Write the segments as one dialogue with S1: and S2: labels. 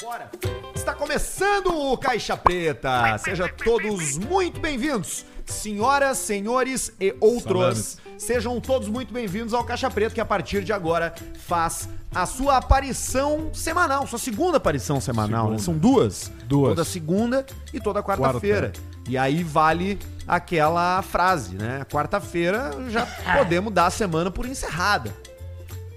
S1: Bora! Está começando o Caixa Preta! Sejam todos muito bem-vindos! Senhoras, senhores e outros, sejam todos muito bem-vindos ao Caixa Preta, que a partir de agora faz a sua aparição semanal, sua segunda aparição semanal, né?
S2: Segunda.
S1: São duas.
S2: Duas.
S1: Toda segunda e toda quarta-feira. E aí vale aquela frase, né? Quarta-feira já podemos dar a semana por encerrada.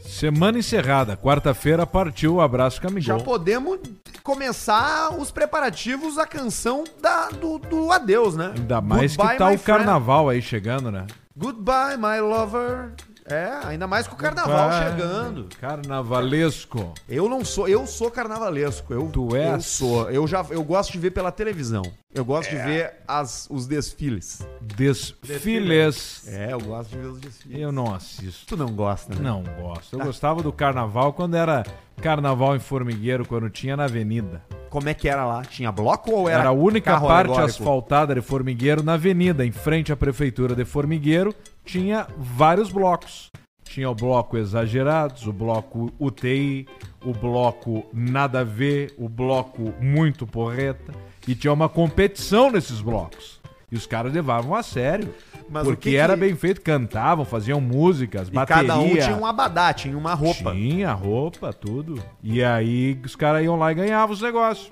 S2: Semana encerrada, quarta-feira partiu o abraço
S1: Já
S2: camigão.
S1: podemos começar os preparativos à canção da, do, do adeus, né?
S2: Ainda mais
S1: Goodbye,
S2: que tá
S1: my
S2: o
S1: friend.
S2: carnaval aí chegando, né?
S1: Goodbye, my lover. É, ainda mais com o carnaval
S2: Vai,
S1: chegando.
S2: Carnavalesco.
S1: Eu não sou, eu sou carnavalesco. Eu, Eu
S2: Tu és?
S1: sou. Eu já, eu gosto de ver pela televisão. Eu gosto de ver as, os desfiles.
S2: Desfiles.
S1: É, eu gosto de ver os desfiles.
S2: Eu não assisto.
S1: Tu não gosta, né?
S2: Não gosto. Eu gostava do carnaval quando era carnaval em formigueiro, quando tinha na avenida.
S1: Como é que era lá? Tinha bloco ou era
S2: Era a única
S1: carro
S2: parte
S1: alegórico?
S2: asfaltada de formigueiro na avenida, em frente à prefeitura de formigueiro, tinha vários blocos. Tinha o bloco Exagerados, o bloco UTI, o bloco Nada a Ver, o bloco Muito Porreta. E tinha uma competição nesses blocos. E os caras levavam a sério.
S1: Mas o
S2: porque
S1: que que-
S2: era bem feito, cantavam, faziam músicas,
S1: E
S2: bateria.
S1: cada um tinha um abadá, tinha uma roupa.
S2: Tinha roupa, tudo. E aí os caras iam lá e ganhavam os negócios.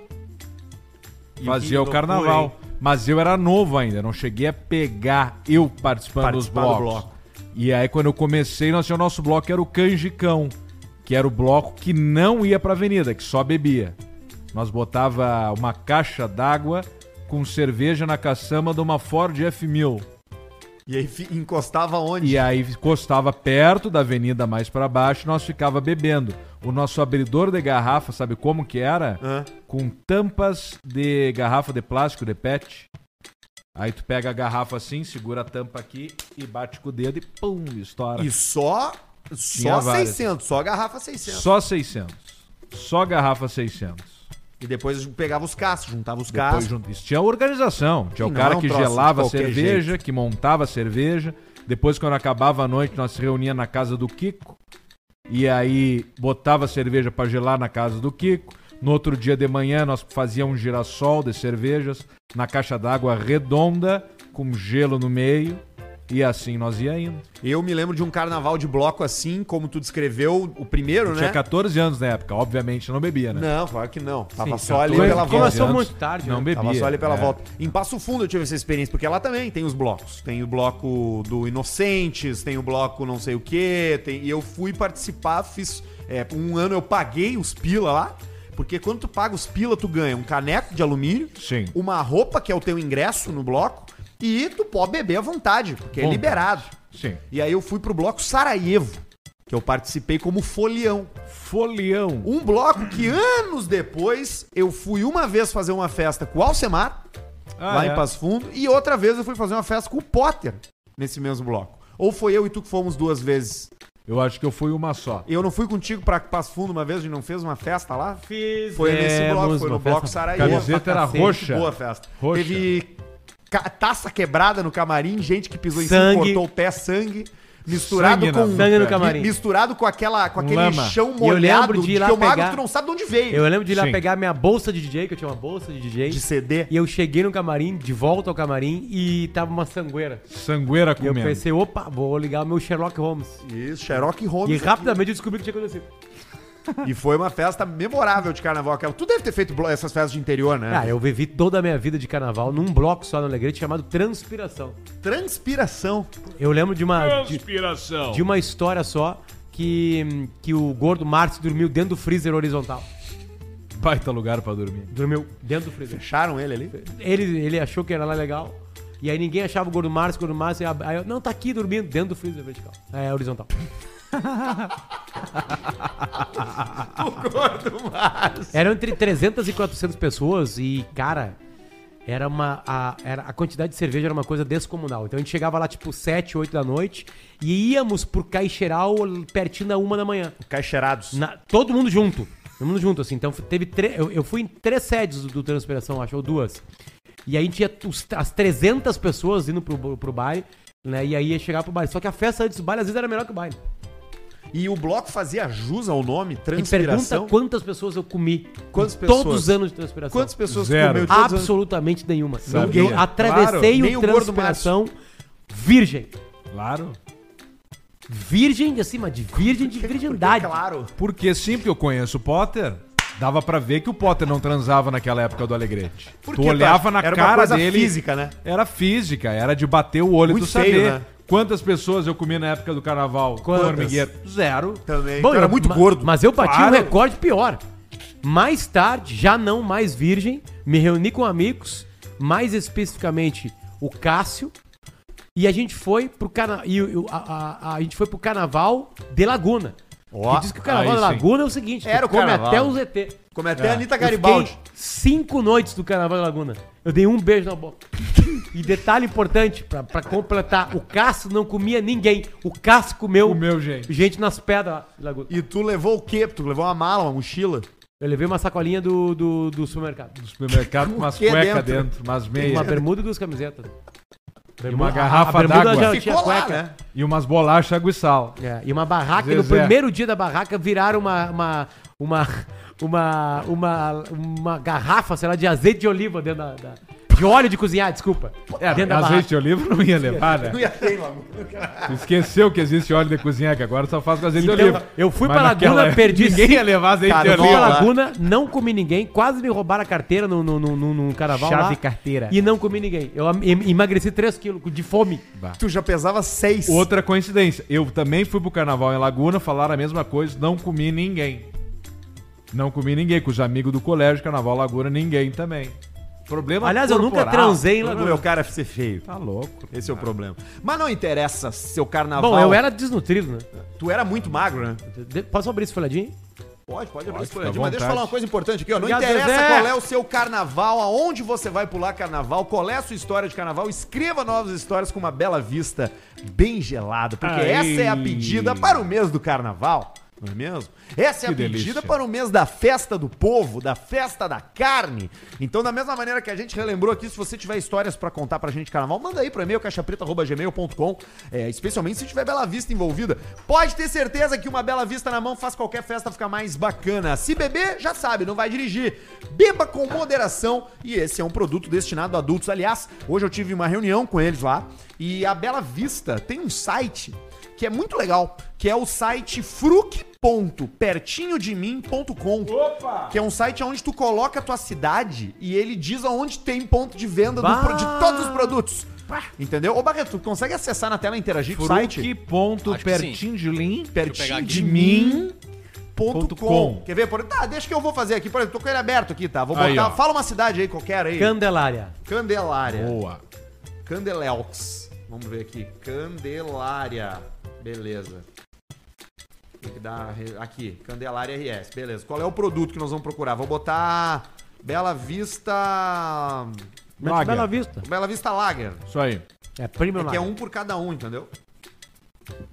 S2: Fazia o
S1: loucura,
S2: carnaval. Mas eu era novo ainda, não cheguei a pegar eu participando dos
S1: Participar do
S2: blocos.
S1: bloco.
S2: E aí quando eu comecei, nós tinha o nosso bloco era o Canjicão, que era o bloco que não ia pra avenida, que só bebia. Nós botava uma caixa d'água com cerveja na caçamba de uma Ford F1000.
S1: E aí fi- encostava onde?
S2: E aí encostava perto da avenida mais pra baixo, nós ficava bebendo. O nosso abridor de garrafa, sabe como que era?
S1: Hã?
S2: Com tampas de garrafa de plástico de PET. Aí tu pega a garrafa assim, segura a tampa aqui e bate com o dedo e pum, estoura.
S1: E só, só
S2: Tinha várias.
S1: 600, só garrafa 600.
S2: Só 600. Só garrafa 600.
S1: E depois pegava os cascos, juntava os
S2: Depois
S1: cascos.
S2: junto. Isso tinha organização. Tinha
S1: Sim,
S2: o
S1: não
S2: cara
S1: é um
S2: que
S1: troço de
S2: gelava a
S1: qualquer
S2: cerveja, que montava a cerveja. Depois, quando acabava a noite, nós se reunia na casa do Kiko. E aí botava a cerveja pra gelar na casa do Kiko. No outro dia de manhã, nós fazíamos um girassol de cervejas na caixa d'água redonda, com gelo no meio. E assim nós ia indo.
S1: Eu me lembro de um carnaval de bloco assim, como tu descreveu, o primeiro, né?
S2: Tinha 14 anos na época. Obviamente, não bebia, né?
S1: Não, claro que não. Tava
S2: Sim,
S1: só ali
S2: 14,
S1: pela
S2: 15
S1: volta.
S3: Começou
S2: anos,
S3: muito tarde,
S2: Não
S3: né?
S2: bebia.
S1: Tava só ali pela
S2: É.
S1: volta. Em Passo Fundo eu tive essa experiência, porque lá também tem os blocos. Tem o bloco do Inocentes, tem o bloco não sei o quê. tem- E eu fui participar, fiz. é, um ano eu paguei os pila lá. Porque quando tu paga os pila, tu ganha um caneco de alumínio,
S2: Sim.
S1: uma roupa, que é o teu ingresso no bloco, e tu pode beber à vontade, porque é
S2: Vontade.
S1: liberado.
S2: Sim.
S1: E aí eu fui pro bloco Sarajevo, que eu participei como folião.
S2: Folião.
S1: Um bloco que anos depois eu fui uma vez fazer uma festa com o Alcemar,
S2: Ah,
S1: lá
S2: é.
S1: em Passo Fundo, e outra vez eu fui fazer uma festa com o Potter, nesse mesmo bloco. Ou foi eu e tu que fomos duas vezes.
S2: Eu acho que eu fui uma só.
S1: Eu não fui contigo pra Passo Fundo uma vez, a gente não fez uma festa lá?
S3: Fiz.
S1: Foi nesse bloco,
S3: Fizemos
S1: foi no
S3: uma
S1: bloco
S3: festa
S1: Sarajevo.
S2: Camiseta era
S1: Cacete,
S2: roxa.
S1: Boa festa.
S2: Roxa.
S1: Teve ca- taça quebrada no camarim, gente que pisou em
S3: Sangue.
S1: cima, cortou o pé, sangue. Misturado
S2: Sangue na-
S1: com
S3: sangue no camarim.
S1: mi- misturado com aquela com
S2: Com
S1: aquele
S2: lama.
S1: chão
S3: E eu
S1: molhado
S3: lembro de ir lá
S1: que é uma água
S3: pegar-
S1: que tu não sabe de onde veio.
S3: Eu lembro de ir lá
S2: Sim.
S3: pegar minha bolsa de DJ, que eu tinha uma bolsa de DJ.
S1: De CD.
S3: E eu cheguei no camarim, de volta ao camarim, e tava uma sangueira.
S2: Sangueira
S3: E eu
S2: comendo.
S3: pensei, opa, vou ligar o meu Sherlock Holmes.
S1: Isso, Sherlock
S3: E
S1: Holmes.
S3: rapidamente eu descobri o que tinha acontecido.
S1: E foi uma festa memorável de carnaval aquela. Tu deve ter feito blo- essas festas de interior, né?
S3: Cara, Ah, eu vivi toda a minha vida de carnaval num bloco só no Alegrete chamado Transpiração.
S1: Transpiração.
S3: Eu lembro de uma, ah, de,
S2: Transpiração.
S3: de um uma história só que, que o gordo Márcio dormiu dentro do freezer horizontal.
S2: Baita lugar pra dormir.
S3: Dormiu dentro do freezer.
S1: Fecharam ele ali?
S3: Ele, ele achou que era lá legal. E aí ninguém achava o gordo Márcio, o gordo Márcio. Aí, aí eu, não, tá aqui dormindo dentro do freezer vertical. É, horizontal. Eram entre 300 e 400 pessoas e, cara, era uma. A, era, a quantidade de cerveja era uma coisa descomunal. Então a gente chegava lá tipo 7, 8 da noite e íamos pro Caixeral pertinho da 1 da manhã.
S1: Caixerados.
S3: Na- todo mundo junto. Todo mundo junto, assim. Então teve tre- eu, eu fui em três sedes do, do Transpiração, acho, ou duas. E aí tinha os- as 300 pessoas indo pro, pro baile, né? E aí ia chegar pro baile. Só que a festa antes do baile às vezes era melhor que o baile.
S1: E o bloco fazia jus ao nome,
S3: E pergunta
S1: transpiração.
S3: quantas pessoas eu comi.
S1: Quantas
S3: em
S1: pessoas?
S3: Todos os anos de transpiração.
S1: Quantas pessoas
S2: Zero.
S1: comeu de todos os anos?
S3: Absolutamente nenhuma.
S2: Sabia.
S3: Eu atravessei
S1: Claro, nem
S3: o
S1: o Gordo
S3: transpiração virgem.
S2: Claro.
S3: Virgem de cima de virgem de virgindade.
S1: é Claro.
S2: Porque sim, porque eu conheço o Potter. Dava pra ver que o Potter não transava naquela época do Alegrete.
S1: Por
S2: tu
S1: que,
S2: olhava
S1: Tato?
S2: na
S1: Era uma
S2: cara
S1: coisa
S2: dele.
S1: física, né?
S2: Era física, era de bater o olho e
S1: Muito
S2: tu saber
S1: feio, né?
S2: quantas pessoas eu comi na época do carnaval com
S3: Quantas?
S2: formigueiro. Zero.
S1: Também.
S3: Bom,
S1: Então era muito
S3: ma-
S1: gordo.
S3: Mas eu bati
S2: Claro.
S3: um recorde pior. Mais tarde, já não mais virgem, me reuni com amigos, mais especificamente o Cássio, e a gente foi pro carna... e, o- e o- a, a- a gente foi pro carnaval de Laguna.
S1: Ó,
S3: e diz que o carnaval
S2: aí
S3: de
S2: sim.
S3: Laguna é o seguinte,
S1: Era
S3: tu
S1: o
S3: come
S1: carnaval.
S3: até o ZT.
S1: Como é, até a Anitta
S3: É. Eu
S1: Garibaldi.
S3: fiquei cinco noites do Carnaval da Laguna. Eu dei um beijo na boca. E detalhe importante, pra, pra completar, o Cássio não comia ninguém. O Cássio comeu,
S2: Comeu gente.
S3: nas pedras lá de Laguna.
S1: E tu levou o quê? Tu levou uma mala, uma mochila?
S3: Eu levei uma sacolinha do, do, do supermercado.
S2: No supermercado com umas
S1: que
S2: cuecas
S1: dentro?
S2: dentro, umas meias.
S3: Uma bermuda e duas camisetas. Bermuda-
S2: uma garrafa
S3: a bermuda
S2: d'água.
S3: já tinha cueca.
S1: né?
S2: E umas bolachas água e sal.
S3: É, e uma barraca, e no
S2: Zezé.
S3: primeiro dia da barraca viraram uma uma, uma, uma, uma, uma garrafa, sei lá, de azeite de oliva dentro da... da- de óleo de cozinhar, desculpa.
S2: É,
S3: dentro da barraca.
S2: azeite de oliva não ia levar,
S1: Não
S2: né?
S1: ia ter, mano.
S2: Tu esqueceu que existe óleo de cozinha, que agora só faz com azeite de
S3: Então,
S2: oliva.
S3: eu fui
S2: Mas
S3: pra Laguna,
S2: naquela-
S3: perdi
S2: Ninguém
S3: cinco-
S2: ia levar azeite
S1: Cara,
S2: de
S3: Fui
S2: oliva.
S3: pra
S1: Olá.
S3: Laguna, não comi ninguém, quase me roubaram a carteira num no, no, no, no carnaval
S4: Chave
S3: lá.
S4: e carteira.
S3: E não comi ninguém. Eu am- em- emagreci 3 quilos de fome.
S1: Tu já pesava seis.
S2: Outra coincidência. Eu também fui pro carnaval em Laguna, falaram a mesma coisa, não comi ninguém. Não comi ninguém, com os amigos do colégio, carnaval Laguna, ninguém também. Problema
S3: Aliás, eu nunca
S2: corporal.
S3: transei em
S1: Não,
S3: Laguna.
S1: Ah, meu cara ser feio.
S2: Tá louco.
S1: Esse é o problema. Mas não interessa seu carnaval.
S3: Bom, eu era desnutrido, né?
S1: Tu era muito magro, né?
S3: De- Posso abrir esse folhadinho?
S1: Pode, pode abrir esse
S2: fica à
S1: mas deixa eu
S2: vontade.
S1: falar uma coisa importante aqui, ó. Não
S3: Obrigado,
S1: interessa
S3: Zezé.
S1: qual é o seu carnaval, aonde você vai pular carnaval, qual é a sua história de carnaval, escreva novas histórias com uma bela vista bem gelada, porque
S2: Aí.
S1: essa é a pedida para o mês do carnaval. Não é mesmo? Essa é a
S2: Que
S1: pedida
S2: delícia.
S1: para o mês da festa do povo, da festa da carne. Então, da mesma maneira que a gente relembrou aqui, se você tiver histórias para contar pra gente de carnaval, manda aí pro e-mail caixapreta.gmail.com, é, especialmente se tiver Bela Vista envolvida. Pode ter certeza que uma Bela Vista na mão faz qualquer festa ficar mais bacana. Se beber, já sabe, não vai dirigir. Beba com moderação e esse é um produto destinado a adultos. Aliás, hoje eu tive uma reunião com eles lá e a Bela Vista tem um site que é muito legal, que é o site fruc.pertinhodemim.com, que é um site onde tu coloca a tua cidade e ele diz aonde tem ponto de venda do
S3: Bah!
S1: pro- de todos os produtos. Entendeu? Ô Barreto, tu consegue acessar na tela e interagir com o
S3: um
S1: site?
S4: eu pegar aqui.
S1: pertinhodemim.com. Quer ver? Por... Tá, deixa que eu vou fazer aqui. Por exemplo, tô com ele aberto aqui, tá? Vou botar.
S2: Aí, ó.
S1: fala uma cidade aí qualquer aí.
S3: Candelária.
S1: Candelária.
S2: Boa.
S1: Candelaux. Vamos ver aqui. Candelária. Beleza. Tem que dar. re- Aqui, Candelária RS. Beleza. Qual é o produto que nós vamos procurar? Vou botar. Bela Vista.
S3: Mete
S2: Lager.
S3: Bela Vista.
S1: Bela Vista Lager.
S2: Isso aí.
S3: É primo
S1: Que é um por cada um, entendeu?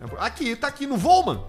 S1: É um por- Aqui, tá aqui no Volman.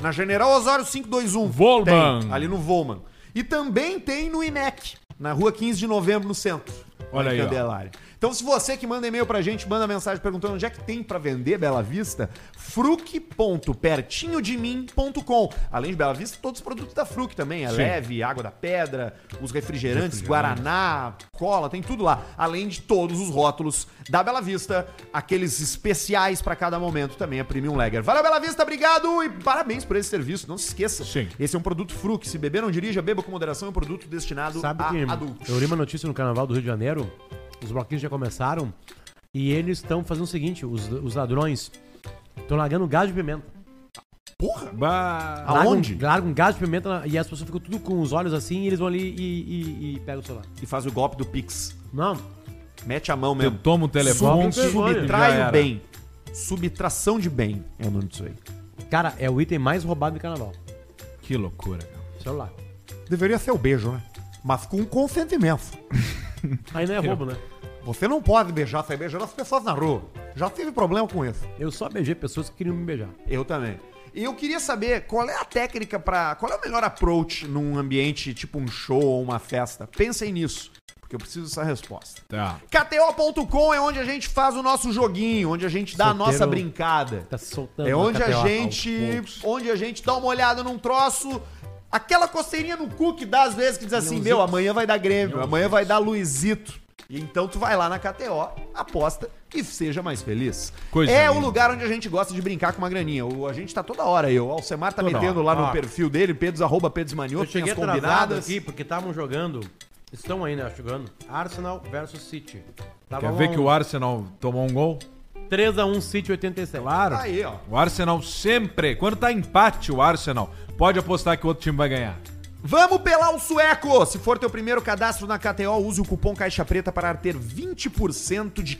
S1: Na General Osório 521.
S2: Volman.
S1: Tem, ali no Volman. E também tem no IMEC, na rua 15 de novembro, no centro.
S2: Olha
S1: lá em
S2: aí, ó.
S1: Candelária. Então, se você que manda e-mail pra gente, manda mensagem perguntando onde é que tem pra vender Bela Vista, fruc.pertinhodemim.com. Além de Bela Vista, todos os produtos da Fruc também. É
S2: Sim.
S1: leve, água da pedra, os refrigerantes, guaraná, cola, tem tudo lá. Além de todos os rótulos da Bela Vista, aqueles especiais pra cada momento também, a Premium Lager. Valeu, Bela Vista, obrigado e parabéns por esse serviço. Não se esqueça,
S2: Sim.
S1: esse é um produto Fruc. Se beber, não dirija, beba com moderação. É um produto destinado
S3: Sabe
S1: a
S3: que
S1: adultos.
S3: eu li uma notícia no Carnaval do Rio de Janeiro, os bloquinhos já começaram, e eles estão fazendo o seguinte, os, os ladrões estão largando gás de pimenta.
S1: Porra!
S2: Bah.
S1: Aonde?
S3: Largam, largam gás de pimenta na- e as pessoas ficam tudo com os olhos assim e eles vão ali e, e- e pegam o celular.
S1: E faz o golpe do Pix.
S3: Não,
S1: Mete a mão
S2: Eu
S1: mesmo.
S2: tomo o telefone.
S1: Sub-
S2: já
S1: Subtrai
S2: era.
S1: o bem. Subtração de bem é o nome disso aí.
S3: cara, é o item mais roubado do Carnaval.
S2: Que loucura, cara.
S3: Celular.
S1: Deveria ser o beijo, né? Mas com consentimento.
S3: Aí não é roubo, né?
S1: Você não pode beijar, sair beijando as pessoas na rua. Já tive problema com isso.
S3: Eu só beijei pessoas que queriam me beijar.
S1: Eu também. E eu queria saber qual é a técnica pra. Qual é o melhor approach num ambiente tipo um show ou uma festa? Pensem nisso. Porque eu preciso dessa resposta.
S2: Tá.
S1: KTO.com é onde a gente faz o nosso joguinho, onde a gente dá a
S3: Solteiro
S1: nossa brincada.
S3: Tá soltando.
S1: É onde a
S3: KTO
S1: gente.
S3: aos poucos.
S1: Onde a gente dá uma olhada num troço. Aquela coceirinha no cu que dá às vezes que diz assim: meu, amanhã vai dar Grêmio, amanhã vai dar Luizito. E então tu vai lá na KTO, aposta e seja mais feliz.
S2: Coisa
S1: é o
S2: linda.
S1: lugar onde a gente gosta de brincar com uma graninha. O- a gente tá toda hora aí. O Alcemar tá
S2: Toda
S1: metendo lá
S3: hora.
S1: no
S3: Ah.
S1: perfil dele, Pedros, arroba Pedros
S3: Eu
S1: Manioto, tem
S3: cheguei
S1: as
S3: atrasado
S1: combinadas.
S3: aqui porque estavam jogando. Estão aí, né? Jogando. Arsenal versus City. Tava
S2: Quer
S3: um
S2: ver
S3: a um.
S2: que o Arsenal tomou um gol?
S3: 3x1 City 87. Claro.
S1: Aí, ó.
S2: O Arsenal sempre, quando tá empate o Arsenal, pode apostar que o outro time vai ganhar.
S1: Vamos pelar o sueco! Se for teu primeiro cadastro na KTO, use o cupom Caixa Preta para ter 20% de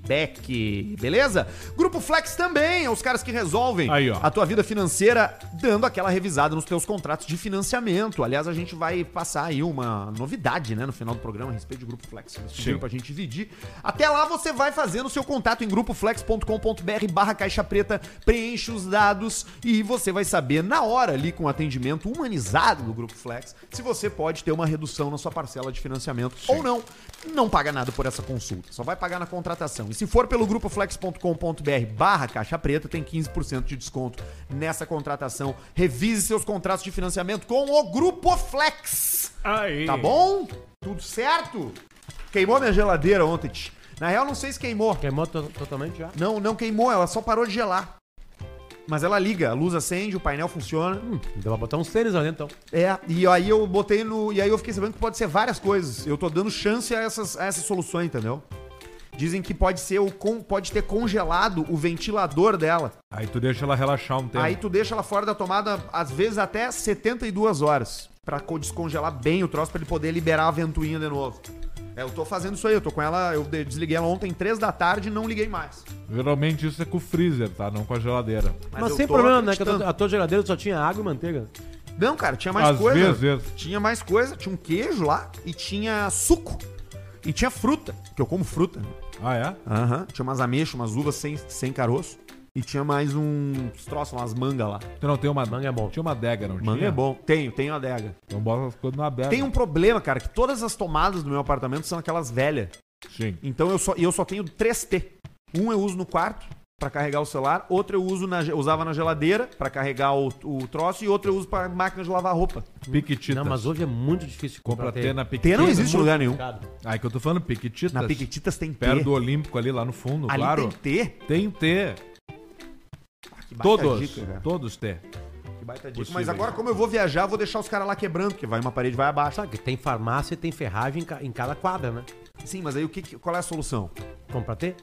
S1: cashback, beleza? Grupo Flex também, é os caras que resolvem
S2: Aí, ó.
S1: a tua vida financeira dando aquela revisada nos teus contratos de financiamento. Aliás, a gente vai passar aí uma novidade, né, no final do programa a respeito de Grupo Flex. Eles pediram
S2: Sim.
S1: pra gente dividir. Até lá você vai fazendo o seu contato em grupoflex.com.br barra caixa preta, preenche os dados e você vai saber na hora ali com o atendimento humanizado do Grupo Flex se você pode ter uma redução na sua parcela de financiamento ou não. Não paga nada por essa consulta, só vai pagar na contratação. E se for pelo grupoflex.com.br barra caixa preta, tem 15% de desconto nessa contratação. Revise seus contratos de financiamento com o Grupo Flex.
S2: Aí.
S1: Tá bom? Tudo certo? Queimou minha geladeira ontem. tch. Na real, não sei se queimou.
S3: Queimou to- totalmente já.
S1: Não, não queimou, ela só parou de gelar. Mas ela liga, a luz acende, o painel funciona.
S3: Hum, deu pra botar uns tênis lá dentro, então.
S1: É, e aí eu botei no. E aí eu fiquei sabendo que pode ser várias coisas. Eu tô dando chance a essas, a essas soluções, entendeu? Dizem que pode ser o con- pode ter congelado o ventilador dela.
S2: Aí tu deixa ela relaxar um tempo.
S1: Aí tu deixa ela fora da tomada, às vezes até 72 horas. Pra co- descongelar bem o troço, pra ele poder liberar a ventoinha de novo. É, eu tô fazendo isso aí, eu tô com ela, eu de- desliguei ela ontem, três da tarde, e não liguei mais.
S2: Geralmente isso é com o freezer, tá? Não com a geladeira.
S3: Mas,
S1: eu
S3: sem
S1: tô
S3: problema, né? Que a
S1: acreditando.
S3: tua, a tua geladeira só tinha água e manteiga.
S1: Não, cara, tinha mais
S2: Às
S1: coisa.
S2: vezes.
S1: Tinha mais coisa, tinha um queijo lá e tinha suco. E tinha fruta, que eu como fruta. né?
S2: Ah, é?
S1: Aham. Tinha umas ameixas, umas uvas sem, sem caroço. E tinha mais uns troços, umas mangas lá.
S2: Tu não tem uma.
S3: Manga é bom.
S2: Tinha uma adega, não
S1: Manga
S2: tinha?
S1: é bom. Tenho, tenho adega.
S2: Então bota as coisas na adega.
S1: Tem um problema, cara, que todas as tomadas do meu apartamento são aquelas velhas.
S2: Sim.
S1: Então eu só, e eu só tenho 3T. Um eu uso no quarto pra carregar o celular, outro eu uso na, ge- usava na geladeira pra carregar o, o troço e outro eu uso pra máquina de lavar roupa.
S2: Piquititas.
S3: Não, mas hoje é muito difícil de
S2: Compra
S3: comprar
S2: T na
S1: T
S2: Piquititas.
S1: não existe em lugar nenhum.
S3: Complicado.
S2: Aí que eu tô falando, Piquititas.
S1: Na Piquetitas tem T.
S2: Perto do Olímpico ali, lá no fundo,
S1: Ali
S2: claro.
S1: tem T.
S2: Tem o T.
S1: Que baita
S2: Todos.
S1: dica, cara.
S2: todos T.
S1: Que baita dica. Mas
S2: Possível.
S1: agora, como eu vou viajar, eu vou deixar os caras lá quebrando, porque vai uma parede, vai abaixo.
S3: Sabe que tem farmácia e tem ferragem em ca- em cada quadra, né?
S1: Sim, mas aí o que, que- qual é a solução?
S3: Compra T?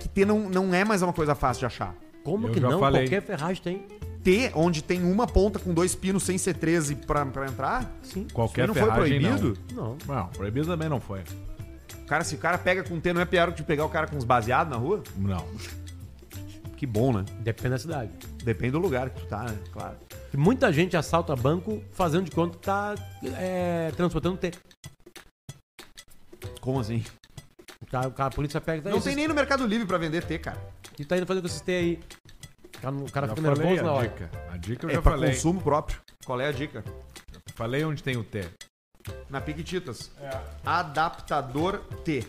S1: Que T não, não é mais uma coisa fácil de achar.
S3: Como
S2: Eu
S3: que
S2: já
S3: não?
S2: falei.
S3: Qualquer ferragem tem.
S1: T, onde tem uma ponta com dois pinos sem C13 pra, pra entrar,
S3: Sim.
S2: Qualquer
S1: não foi
S2: ferragem
S1: proibido?
S3: Não.
S2: não. Não, proibido também não foi.
S1: cara, se o cara pega com T, não é pior que de pegar o cara com uns baseados na rua?
S2: Não.
S1: Que bom, né?
S3: Depende da cidade.
S1: Depende do lugar que tu tá, né? Claro.
S3: Que muita gente assalta banco fazendo de conta que tá é, transportando T.
S1: Como assim?
S3: O cara, o cara- a polícia pega. tá,
S1: Não
S3: esses-
S1: tem nem no Mercado Livre pra vender T, cara.
S3: que tá indo fazer com esses T aí? O cara, o cara
S2: Já
S3: fica
S2: falei
S3: Tá nervoso na
S2: a
S3: hora.
S2: dica. A dica eu
S1: É
S2: já
S1: pra
S2: falei.
S1: consumo próprio. Qual é a dica?
S2: Falei onde tem o T. É
S1: Na Piquititas. Adaptador T.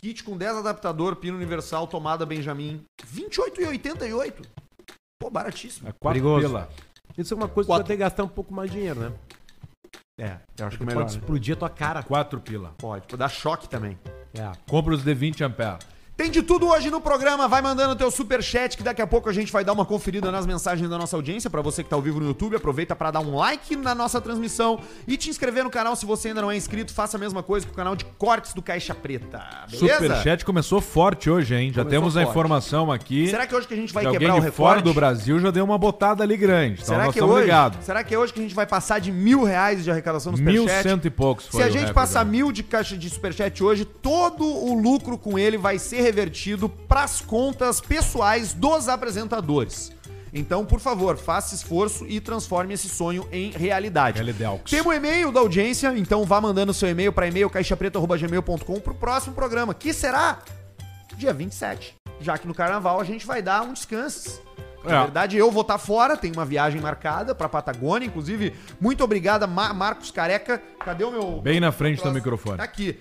S1: Kit com 10 adaptador, pino universal, tomada Benjamin. 28,88. Pô, baratíssimo.
S2: É quatro
S3: Perigoso.
S2: pila.
S3: Isso é uma coisa
S1: Quatro.
S3: que tu vai ter que gastar um pouco mais de dinheiro, né?
S1: É, eu acho que é
S3: Pode
S1: melhor. né?
S3: explodir a tua cara.
S2: Quatro pila.
S1: Pode, pode dar choque também.
S3: É.
S2: Compra os de 20 ampere.
S1: Tem de tudo hoje no programa. Vai mandando teu superchat que daqui a pouco a gente vai dar uma conferida nas mensagens da nossa audiência. Pra você que tá ao vivo no YouTube, aproveita pra dar um like na nossa transmissão e te inscrever no canal se você ainda não é inscrito. Faça a mesma coisa com o canal de cortes do Caixa Preta. Beleza?
S2: Superchat começou forte hoje, hein? Já
S1: Começou
S2: temos a
S1: forte.
S2: informação aqui.
S1: Será que hoje que a gente vai
S2: de alguém
S1: quebrar o
S2: de fora
S1: recorde?
S2: do Brasil já deu uma botada ali grande. Então
S1: Será
S2: nós
S1: que,
S2: estamos
S1: hoje,
S2: ligados.
S1: será que é hoje que a gente vai passar de mil reais de arrecadação no
S2: Mil
S1: Superchat?
S2: cento e poucos
S1: Se
S2: foi
S1: a
S2: o
S1: gente
S2: recorde.
S1: passar mil de caixa de Superchat hoje, todo o lucro com ele vai ser revertido pras contas pessoais dos apresentadores. Então, por favor, faça esforço e transforme esse sonho em realidade.
S2: LDAUX.
S1: Temos o e-mail da audiência, então vá mandando seu e-mail para e-mail caixapreta.gmail.com pro próximo programa, que será dia 27. Já que no carnaval a gente vai dar um descanso.
S2: É.
S1: Na verdade, eu vou estar fora, tem uma viagem marcada pra Patagônia, inclusive. Muito obrigado, Ma- Marcos Careca. Cadê o meu.
S2: Bem na frente do
S1: Próximo.
S2: microfone.
S1: Tá aqui.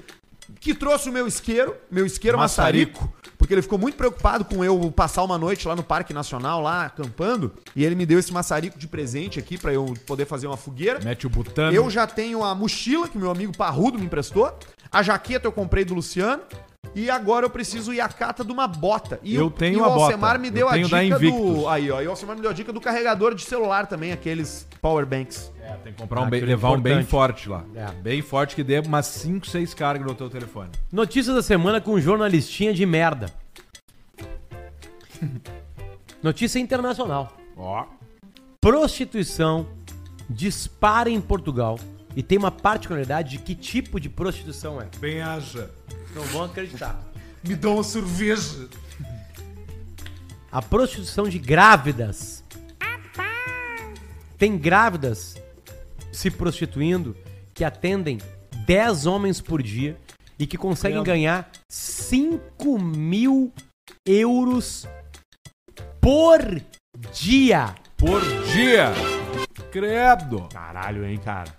S1: Que trouxe o meu isqueiro, meu isqueiro
S2: Maçarico.
S1: maçarico, porque ele ficou muito preocupado com eu passar uma noite lá no Parque Nacional, lá acampando, e ele me deu esse maçarico de presente aqui pra eu poder fazer uma fogueira.
S2: Mete o butano.
S1: Eu já tenho a mochila que meu amigo Parrudo me emprestou, a jaqueta eu comprei do Luciano, e agora eu preciso ir à cata de uma bota. E
S2: Eu
S1: o-
S2: tenho
S1: e o
S2: a bota.
S1: Alcemar me
S2: Eu
S1: deu a
S2: tenho da
S1: dica
S2: Invictus.
S1: do aí, ó, e o Alcemar me deu a dica do carregador de celular também, aqueles power banks.
S2: É, tem que comprar um bem,
S3: Aquele
S2: levar um bem
S3: importante.
S2: forte lá.
S3: É.
S2: Bem forte que dê umas 5, 6 cargas no teu telefone.
S3: Notícias da semana com jornalistinha de merda. Notícia internacional.
S2: Ó.
S3: Prostituição dispara em Portugal e tem uma particularidade de que tipo de prostituição é.
S2: Bem aja.
S3: Não vão acreditar.
S2: Me dá uma cerveja.
S3: A prostituição de grávidas. Tem grávidas se prostituindo que atendem 10 homens por dia e que conseguem
S2: Credo.
S3: ganhar 5 mil euros por dia.
S2: Por dia. Credo.
S1: Caralho, hein, cara.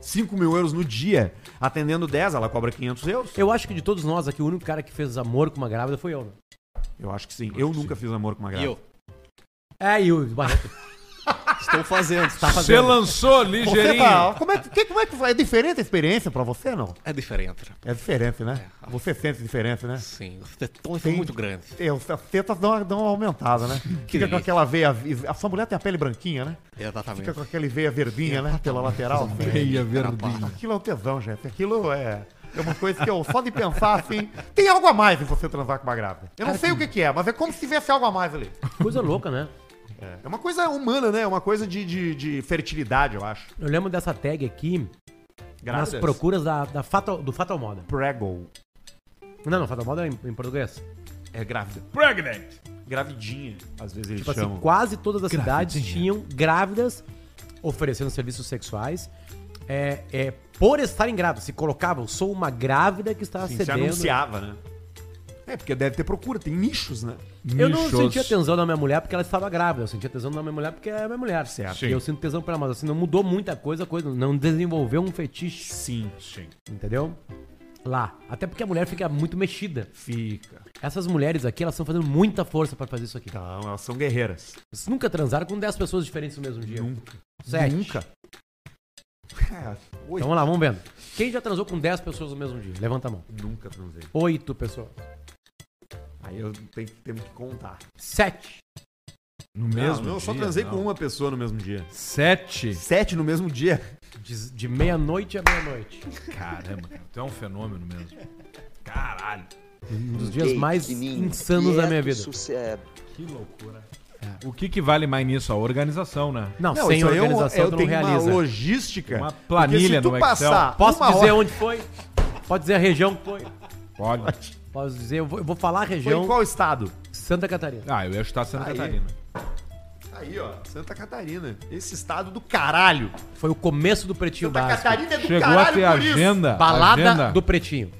S1: 5 mil euros no dia, atendendo 10, ela cobra 500 euros.
S3: Eu acho que de todos nós aqui, o único cara que fez amor com uma grávida foi eu. Né?
S1: Eu acho que sim. Eu nunca fiz amor com uma
S4: E
S1: grávida.
S4: eu
S3: É, e o Barreto
S4: estou fazendo.
S3: tá
S2: Você
S3: fazendo.
S2: lançou
S1: Você
S2: ligeirinho.
S1: tá, como é que, como é que foi? É diferente a experiência pra você, não?
S4: É diferente.
S1: É diferente, né? Você sente diferente, né?
S4: Sim, o tom foi muito grande.
S1: É, os- As tetas dão, uma- dão uma aumentada, né? Fica com
S4: isso.
S1: aquela veia. vi- A sua mulher tem a pele branquinha, né?
S4: Exatamente.
S1: Fica com aquela veia verdinha, né? Pela lateral.
S2: Veia verdinha.
S1: Aquilo é um tesão, gente. Aquilo é. É uma coisa que eu, só de pensar assim, tem algo a mais em você transar com uma grávida. Eu não sei o que, que é, mas é como se tivesse algo a mais ali.
S3: Coisa louca, né?
S1: É uma coisa humana, né? É uma coisa de, de, de fertilidade, eu acho.
S3: Eu lembro dessa tag aqui nas
S1: Grávidas.
S3: procuras da, da Fatal- do Fatal Moda.
S1: Prego.
S3: Não, não, Fatal Moda é em, em português.
S1: É grávida.
S2: Pregnant.
S1: Gravidinha, às vezes eles
S3: Tipo assim,
S1: chamam.
S3: quase todas as cidades
S2: Gravidinha.
S3: tinham grávidas oferecendo serviços sexuais. É, é, por estarem grávidas, se colocava, eu sou uma grávida que está
S1: Sim, Assim, se
S3: cedendo.
S1: anunciava, né? É, porque deve ter procura, tem nichos, né?
S3: Eu não
S2: Michos.
S3: sentia tesão na minha mulher porque ela estava grávida. Eu sentia tesão na minha mulher porque é a minha mulher.
S1: Certo.
S3: E eu sinto tesão pra ela, mas assim, não mudou muita coisa, a coisa não desenvolveu um fetiche,
S1: Sim.
S2: Sim.
S3: entendeu? Lá. Até porque a mulher fica muito mexida.
S1: Fica.
S3: Essas mulheres aqui, elas estão fazendo muita força pra fazer isso aqui.
S1: Então, elas são guerreiras.
S3: Vocês nunca transaram com 10 pessoas diferentes no mesmo dia?
S1: Nunca. É,
S3: Sete.
S1: Nunca.
S3: Então vamos lá, vamos vendo. Quem já transou com 10 pessoas no mesmo dia? Levanta a mão.
S1: Nunca transei.
S3: 8 pessoas.
S1: Aí eu tenho, temos que contar.
S3: 7.
S2: No
S1: Mesmo?
S2: mesmo
S1: eu só
S2: dia,
S1: transei
S2: não.
S1: com um. uma pessoa no mesmo dia.
S2: Sete.
S1: Sete no mesmo dia.
S3: De, de meia-noite a meia-noite.
S2: Caramba, cara. Tu é um fenômeno mesmo. Caralho.
S3: Um dos dias mais insanos da minha vida.
S2: Que loucura. O que, que vale mais nisso? A organização, né?
S3: Não, sem
S1: isso aí eu-
S3: organização
S1: eu
S3: tu não
S1: tenho
S3: realiza.
S1: Uma logística.
S2: Uma
S1: porque se
S2: planilha no
S1: tu
S2: Excel.
S1: passar
S3: Posso
S1: uma
S3: dizer
S1: hora-
S3: onde foi? Pode dizer a região que foi?
S2: Olha.
S3: Posso dizer, eu vou, eu vou falar a
S1: Foi
S3: região
S1: em qual estado?
S3: Santa Catarina.
S2: Ah, eu ia chutar Santa
S1: Aí.
S2: Catarina.
S1: Aí, ó. Santa Catarina. Esse estado do caralho.
S3: Foi o começo do Pretinho
S1: Santa
S3: Básico.
S1: Catarina é do
S2: Chegou
S1: caralho
S2: a ter
S1: por isso.
S2: agenda.
S3: Balada
S2: agenda.
S3: do Pretinho.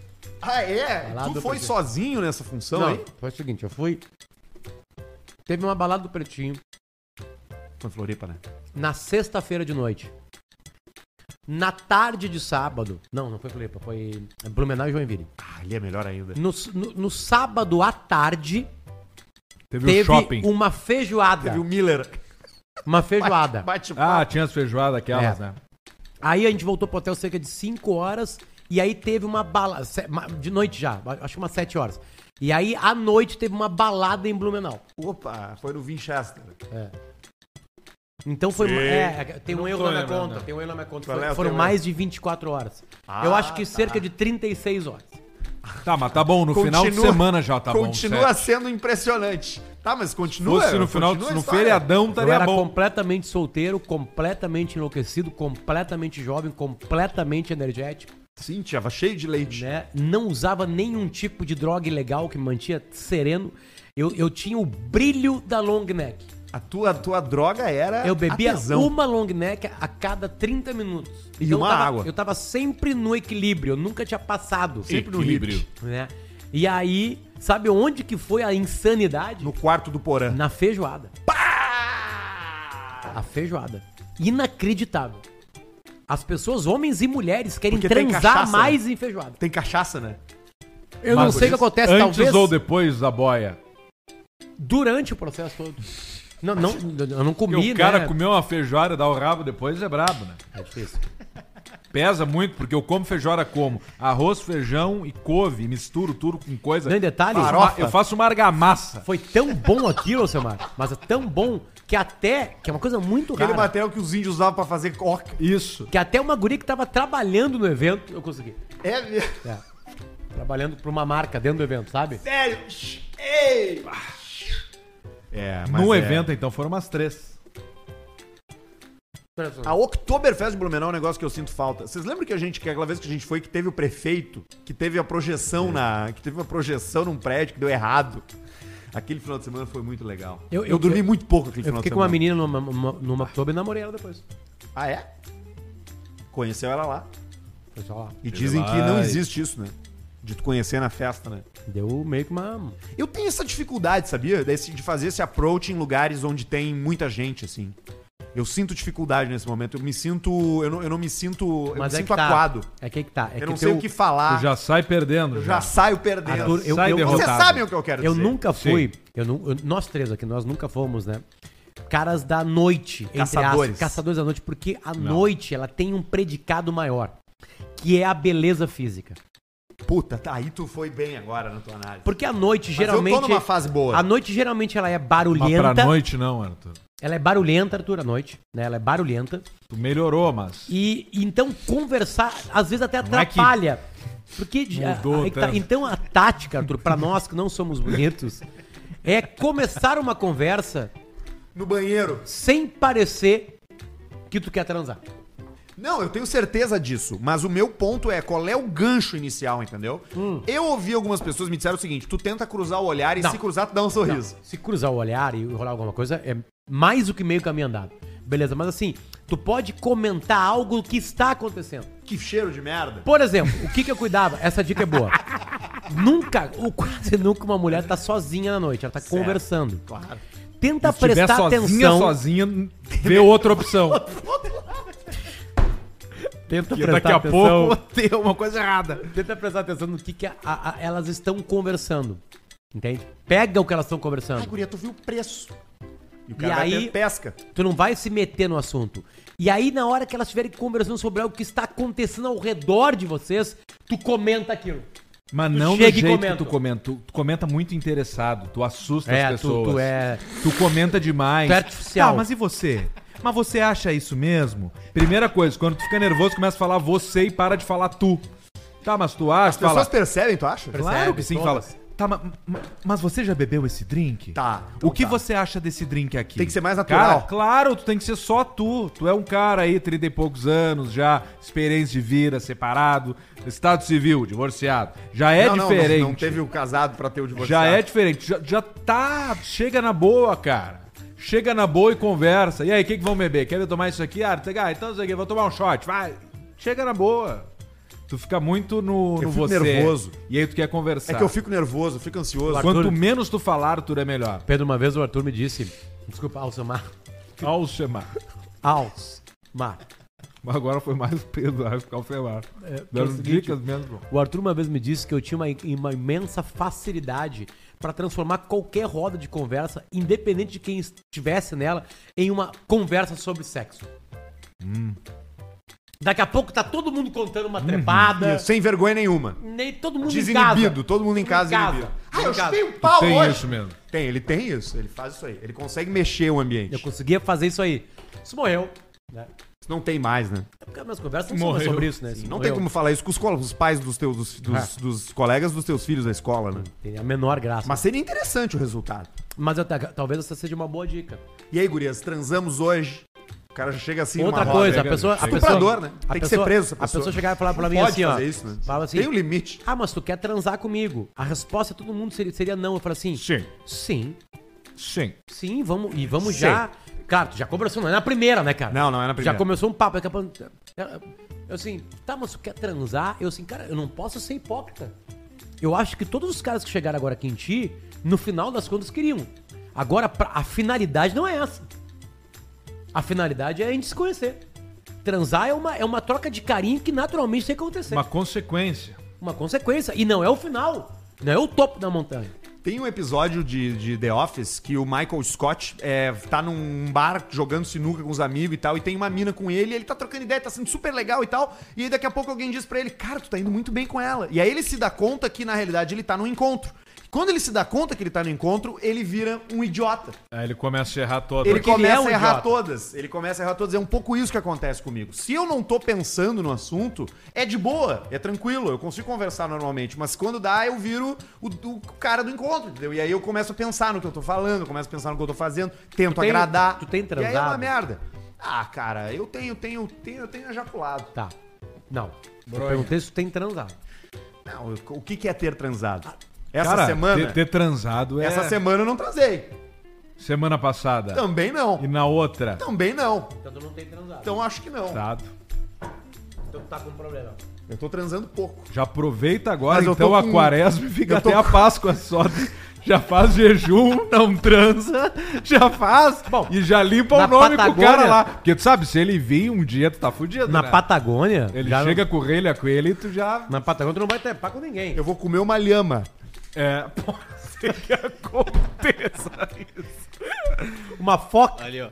S1: Ah, é?
S3: Balada
S1: tu
S3: do
S1: foi
S3: Brasil.
S1: sozinho nessa função
S3: Não,
S1: aí?
S3: foi o seguinte, eu fui... Teve uma balada do Pretinho
S1: Foi Floripa, né?
S3: na sexta-feira de noite. Na tarde de sábado. Não, não foi Floripa, foi é, Blumenau e Joinville.
S1: Ah, ali é melhor ainda.
S3: No, no, no sábado à tarde,
S2: Teve,
S3: teve um
S2: o shopping.
S3: uma feijoada.
S1: Teve o Miller.
S3: Uma feijoada.
S1: Bate, bate
S2: Ah, tinha as feijoadas aquelas,
S3: É.
S2: né?
S3: Aí a gente voltou pro hotel cerca de 5 horas. E aí teve uma balada. De noite já, acho que umas 7 horas. E aí à noite teve uma balada em Blumenau. É.
S1: Opa, foi no Winchester.
S3: Então foi. uma-
S1: Sei.
S3: É, tem um
S2: Não
S3: erro
S2: tô
S3: na minha
S2: lembrando,
S3: conta.
S2: não.
S3: Tem um erro na minha conta.
S1: Qual
S3: Foi-
S1: é o
S3: foram
S1: teu
S3: mais de 24 horas. Eu
S1: Ah,
S3: acho que cerca de 36 horas.
S2: Tá, mas tá bom. No final de semana já tá bom.
S1: Continua
S2: certo?
S1: sendo impressionante. Tá, mas continua.
S2: Fosse no final,
S1: continua a
S2: no
S1: história.
S2: feriadão,
S3: Eu
S2: estaria
S3: era
S2: bom.
S3: completamente solteiro, completamente enlouquecido, completamente jovem, completamente energético,
S1: Sim, tava cheio de leite.
S3: né? Não usava nenhum tipo de droga ilegal que me mantinha sereno. Eu, eu tinha o brilho da long neck.
S1: A tua, a tua droga era.
S3: Eu bebia
S1: É, a tesão.
S3: uma long neck a cada 30 minutos. Então
S1: E
S3: eu
S1: uma
S3: tava-
S1: água.
S3: Eu tava sempre no equilíbrio, eu nunca tinha passado.
S1: Sempre no
S2: Equilíbrio.
S1: hit.
S3: Né? E aí, sabe onde que foi a insanidade?
S1: No quarto do Porã.
S3: Na feijoada. A feijoada. Inacreditável. As pessoas, homens e mulheres, querem
S1: Porque tem
S3: transar
S1: cachaça, né?
S3: mais em feijoada.
S1: Tem cachaça, né?
S3: Eu não
S2: Mas
S3: sei o
S2: isso-
S3: que acontece,
S2: Antes
S3: talvez
S2: ou depois da boia.
S3: durante o processo todo. Não, não, eu não
S2: Porque
S3: comi,
S2: o cara
S3: né?
S2: comeu uma feijoada, dá o rabo depois, é brabo, né?
S3: É difícil.
S2: Pesa muito, porque eu como feijoada como arroz, feijão e couve, misturo tudo com coisa.
S3: Não, em detalhe,
S2: Faço uma- eu faço uma argamassa.
S3: foi tão bom aquilo, seu Mar, mas é tão bom que até, que é uma coisa muito
S1: Aquele
S3: rara,
S1: material que os índios usavam pra fazer coca.
S2: Isso.
S3: que até uma guria que tava trabalhando no evento, eu consegui.
S1: É mesmo.
S3: É. Trabalhando pra uma marca dentro do evento, sabe?
S1: Sério. Ei. É, mas
S2: no
S1: é-
S2: evento, então, foram umas três.
S1: A Oktoberfest de Blumenau é um negócio que eu sinto falta. Vocês lembram que a gente, que aquela vez que a gente foi, que teve o prefeito, que teve a
S3: É.
S1: projeção na. que teve uma projeção num prédio que deu errado. Aquele final de semana foi muito legal.
S3: Eu-
S1: Eu,
S3: eu-
S1: dormi muito pouco aquele
S3: Eu
S1: final de
S3: fiquei com uma
S1: semana.
S3: menina numa, numa, numa clube e namorei ela depois.
S1: Ah, é? Conheceu ela lá.
S3: Foi só lá.
S1: E dizem que não existe isso, né? De tu conhecer na festa, né?
S3: Deu meio que uma.
S1: Eu tenho essa dificuldade, sabia? Desse- de fazer esse approach em lugares onde tem muita gente, assim. Eu sinto dificuldade nesse momento. Eu me sinto. Eu não, eu não me sinto. Eu
S3: Mas
S1: me
S3: é
S1: sinto
S3: que tá.
S1: aquado.
S3: É que que tá. É
S1: eu
S3: que
S1: não
S3: teu-
S1: sei o que falar.
S2: Tu já sai perdendo.
S1: Ah. Eu já saio perdendo.
S3: Arthur, eu-
S2: sai
S3: eu-
S1: Vocês
S2: derrotado.
S1: sabem o que eu quero
S3: Eu
S1: dizer.
S3: nunca
S2: Sim.
S3: fui. Eu, nu- eu- nós três aqui, nós nunca fomos, né? Caras da noite, entre
S1: Caçadores.
S3: aspas, caçadores da noite, porque a noite ela tem um predicado maior, que é a beleza física.
S1: Puta, tá, aí tu foi bem agora na tua análise.
S3: Porque a noite
S1: Mas
S3: geralmente
S1: eu tô numa fase boa.
S3: a noite geralmente ela é
S2: Mas pra
S3: barulhenta.
S2: noite, não, Arthur.
S3: Ela é barulhenta, Arthur, à noite, né? Ela é barulhenta.
S2: Tu melhorou, mas.
S3: E então conversar às vezes até
S2: Não é que-
S3: atrapalha. Porque já-
S2: Mudou
S3: aí que tá-
S2: tanto.
S3: então a tática, Arthur, pra nós que não somos bonitos, é começar uma conversa
S1: No banheiro.
S3: sem parecer que tu quer transar.
S1: Não, eu tenho certeza disso. Mas o meu ponto é qual é o gancho inicial, entendeu? Eu ouvi algumas pessoas me disseram o seguinte: tu tenta cruzar o olhar e
S3: Não.
S1: se cruzar, tu dá um sorriso.
S3: Se cruzar o olhar e rolar alguma coisa, é mais do que meio caminho andado. Beleza, mas assim, tu pode comentar algo que está acontecendo.
S1: Que cheiro de merda.
S3: Por exemplo, o que, que eu cuidava? Essa dica é boa. nunca, ou quase nunca uma mulher tá sozinha na noite, ela tá conversando.
S1: Claro.
S3: Tenta
S2: Se tiver
S3: prestar
S2: sozinha,
S3: atenção.
S2: sozinha, vê outra opção.
S3: Tenta
S2: Porque daqui a pouco tem uma coisa errada.
S3: Tenta prestar atenção no que, que a- a- a- elas estão conversando. Entende? Pega o que elas estão
S1: Ai,
S3: conversando.
S1: Ah, guria, tu viu o preço. E o
S3: E
S1: cara
S3: aí-
S1: vai até pesca.
S3: Tu não vai se meter no assunto. E aí, na hora que elas estiverem conversando sobre algo que está acontecendo ao redor de vocês, tu comenta aquilo.
S2: Mas
S3: Tu
S2: não do
S3: chega e
S2: jeito
S3: comenta.
S2: que tu comenta. Tu, tu comenta muito interessado, tu assusta
S3: É,
S2: as
S3: tu-
S2: pessoas.
S3: tu é-
S2: Tu comenta demais.
S3: Tu é artificial.
S2: Tá, mas e você? Mas você acha isso mesmo? Primeira coisa, quando tu fica nervoso, começa a falar você e para de falar tu. Tá, mas tu acha?
S1: As pessoas
S2: Fala,
S1: percebem, tu acha?
S3: Percebe,
S2: Claro que sim, fala.
S3: todas.
S2: Tá, ma- ma- mas, você já bebeu esse drink?
S1: Tá, então
S2: o que
S1: tá.
S2: você acha desse drink aqui?
S1: Tem que ser mais natural.
S2: Cara, claro, tu tem que ser só tu. Tu é um cara aí, 30 e poucos anos, já, experiência de vida, separado, estado civil, divorciado. Já é
S1: Não, não, não,
S2: diferente.
S1: Não, teve o casado pra ter o divorciado.
S2: Já é diferente. Já, já tá. Chega na boa, cara. Chega na boa e conversa. E aí, o que, que vão beber? Querem tomar isso aqui? Ah, tá- ah, então isso aqui, vou tomar um shot. Vai. Chega na boa. Tu fica muito no,
S1: Eu
S2: no
S1: fico
S2: você.
S1: nervoso.
S2: E aí tu quer conversar.
S1: É que eu fico nervoso, eu fico ansioso.
S2: Quanto
S3: Arthur-
S2: menos tu falar, Arthur, é melhor.
S3: Pedro, uma vez o Arthur me disse. Desculpa, Alcemar.
S2: Alcemar.
S3: Alcemar.
S2: Mas agora foi mais Pedro, vai ficar Alcemar.
S3: é o
S2: Dando
S3: seguinte-
S2: dicas mesmo.
S3: O Arthur uma vez me disse que eu tinha uma, uma imensa facilidade pra transformar qualquer roda de conversa, independente de quem estivesse nela, em uma conversa sobre sexo.
S1: Hum.
S3: Daqui a pouco tá todo mundo contando uma trepada,
S1: Uhum. Isso, Sem vergonha nenhuma.
S3: nem é todo mundo
S1: Desinibido, todo mundo em casa,
S3: Desinibido.
S1: inibido. Ah, eu chutei
S3: um
S1: o
S2: Tu
S1: pau
S2: tem
S1: hoje.
S2: isso mesmo.
S1: Tem, ele tem isso, ele faz isso aí. Ele consegue mexer o ambiente.
S3: Eu conseguia fazer isso aí. Isso morreu. Né?
S1: Isso Não tem mais, né?
S3: É porque as minhas conversas não são mais
S2: Morreu.
S3: sobre isso, né? Isso
S1: Não
S3: morreu.
S1: tem como falar isso com os, col- os pais dos teus dos,
S3: É.
S1: dos- dos colegas dos teus filhos da escola, né?
S3: Tem a menor graça. Mas,
S1: Mas seria interessante o resultado.
S3: eu ta- talvez essa seja uma boa dica.
S1: E aí, gurias, transamos hoje. O cara já chega assim,
S3: Outra
S1: numa
S3: coisa, a
S1: roda.
S3: pessoa. A
S1: Estuprador,
S3: pessoa,
S1: né?
S3: a
S1: Tem que
S3: pessoa-
S1: ser preso essa
S3: A pessoa
S1: pessoa.
S3: chegava e falava pra
S1: Não
S3: mim
S1: pode
S3: assim, ó.
S1: fazer isso, né?
S3: Falava assim.
S1: Tem um limite.
S3: Ah, mas tu quer transar comigo? A resposta de todo mundo seria, seria não. Eu falo assim,
S2: Sim,
S3: sim,
S2: sim.
S3: sim, vamos e vamos
S1: Sim.
S3: já. Cara, tu já conversou, não é na primeira, né, cara?
S1: Não, não é na primeira.
S3: Já começou um papo, daqui a pouco. Eu assim, tá, mas tu quer transar? Eu assim, cara, eu não posso ser hipócrita. eu acho que todos os caras que chegaram agora aqui em ti, no final das contas, queriam. Agora, pra- a finalidade não é essa. A finalidade é a gente se conhecer. Transar é uma, é uma troca de carinho que naturalmente tem que acontecer.
S2: Uma
S3: Uma...
S2: consequência.
S3: consequência. E não é o final. Não é o topo da montanha.
S1: Tem um episódio de, de The Office que o Michael Scott é, tá num bar jogando sinuca com os amigos e tal, e tem uma mina com ele, e ele tá trocando ideia, tá sendo super legal e tal, e aí daqui a pouco alguém diz pra ele, cara, tu tá indo muito bem com ela. E aí ele se dá conta que, na realidade, ele tá num encontro. Quando ele se dá conta que ele tá no encontro, ele vira um idiota.
S2: Aí ele começa a errar toda.
S1: Ele
S3: Porque ele
S1: começa
S3: é um
S1: a errar
S3: idiota.
S1: todas. Ele começa a errar todas. É um pouco isso que acontece comigo. Se eu não tô pensando no assunto, é de boa, é tranquilo, eu consigo conversar normalmente. Mas quando dá, eu viro o, o cara do encontro, entendeu? E aí eu começo a pensar no que eu tô falando, começo a pensar no que eu tô fazendo, tento
S3: tem-
S1: agradar.
S3: tu tem
S1: E aí é uma
S3: transado?
S1: merda. Ah, cara, eu tenho, tenho, tenho, eu tenho ejaculado.
S3: Tá. Não. Eu perguntei se tu tem transado.
S1: Não, eu- o que que é ter transado? Essa
S2: Cara,
S1: semana.
S2: Ter, ter transado é.
S1: Essa Então- semana eu não transei.
S2: Semana passada.
S1: Também não.
S2: E na outra. tá?
S1: Também não.
S3: Então tu não tem transado.
S1: Então acho que
S3: Tá.
S1: não.
S2: Dado.
S3: Então tu tá com um problema.
S1: Eu tô transando pouco.
S2: Já aproveita agora,
S1: Mas eu
S2: então,
S1: tô
S2: a
S1: com-
S2: quaresma e fica
S1: eu tô
S2: até a Páscoa só. Já faz jejum, não transa, já faz
S3: Bom,
S2: e já limpa o
S3: na
S2: nome pro
S3: Patagônia-
S2: cara lá. Porque tu sabe, se ele vir um dia, tu tá fudido,
S3: Na
S2: né?
S3: Patagônia.
S2: Ele
S3: já não-
S2: chega com orelha com ele e tu já...
S3: Na Patagônia tu não vai trepar com ninguém.
S1: Eu vou comer uma lhama.
S2: É, pode ser que aconteça isso.
S3: Uma foca.
S4: Ali, ó.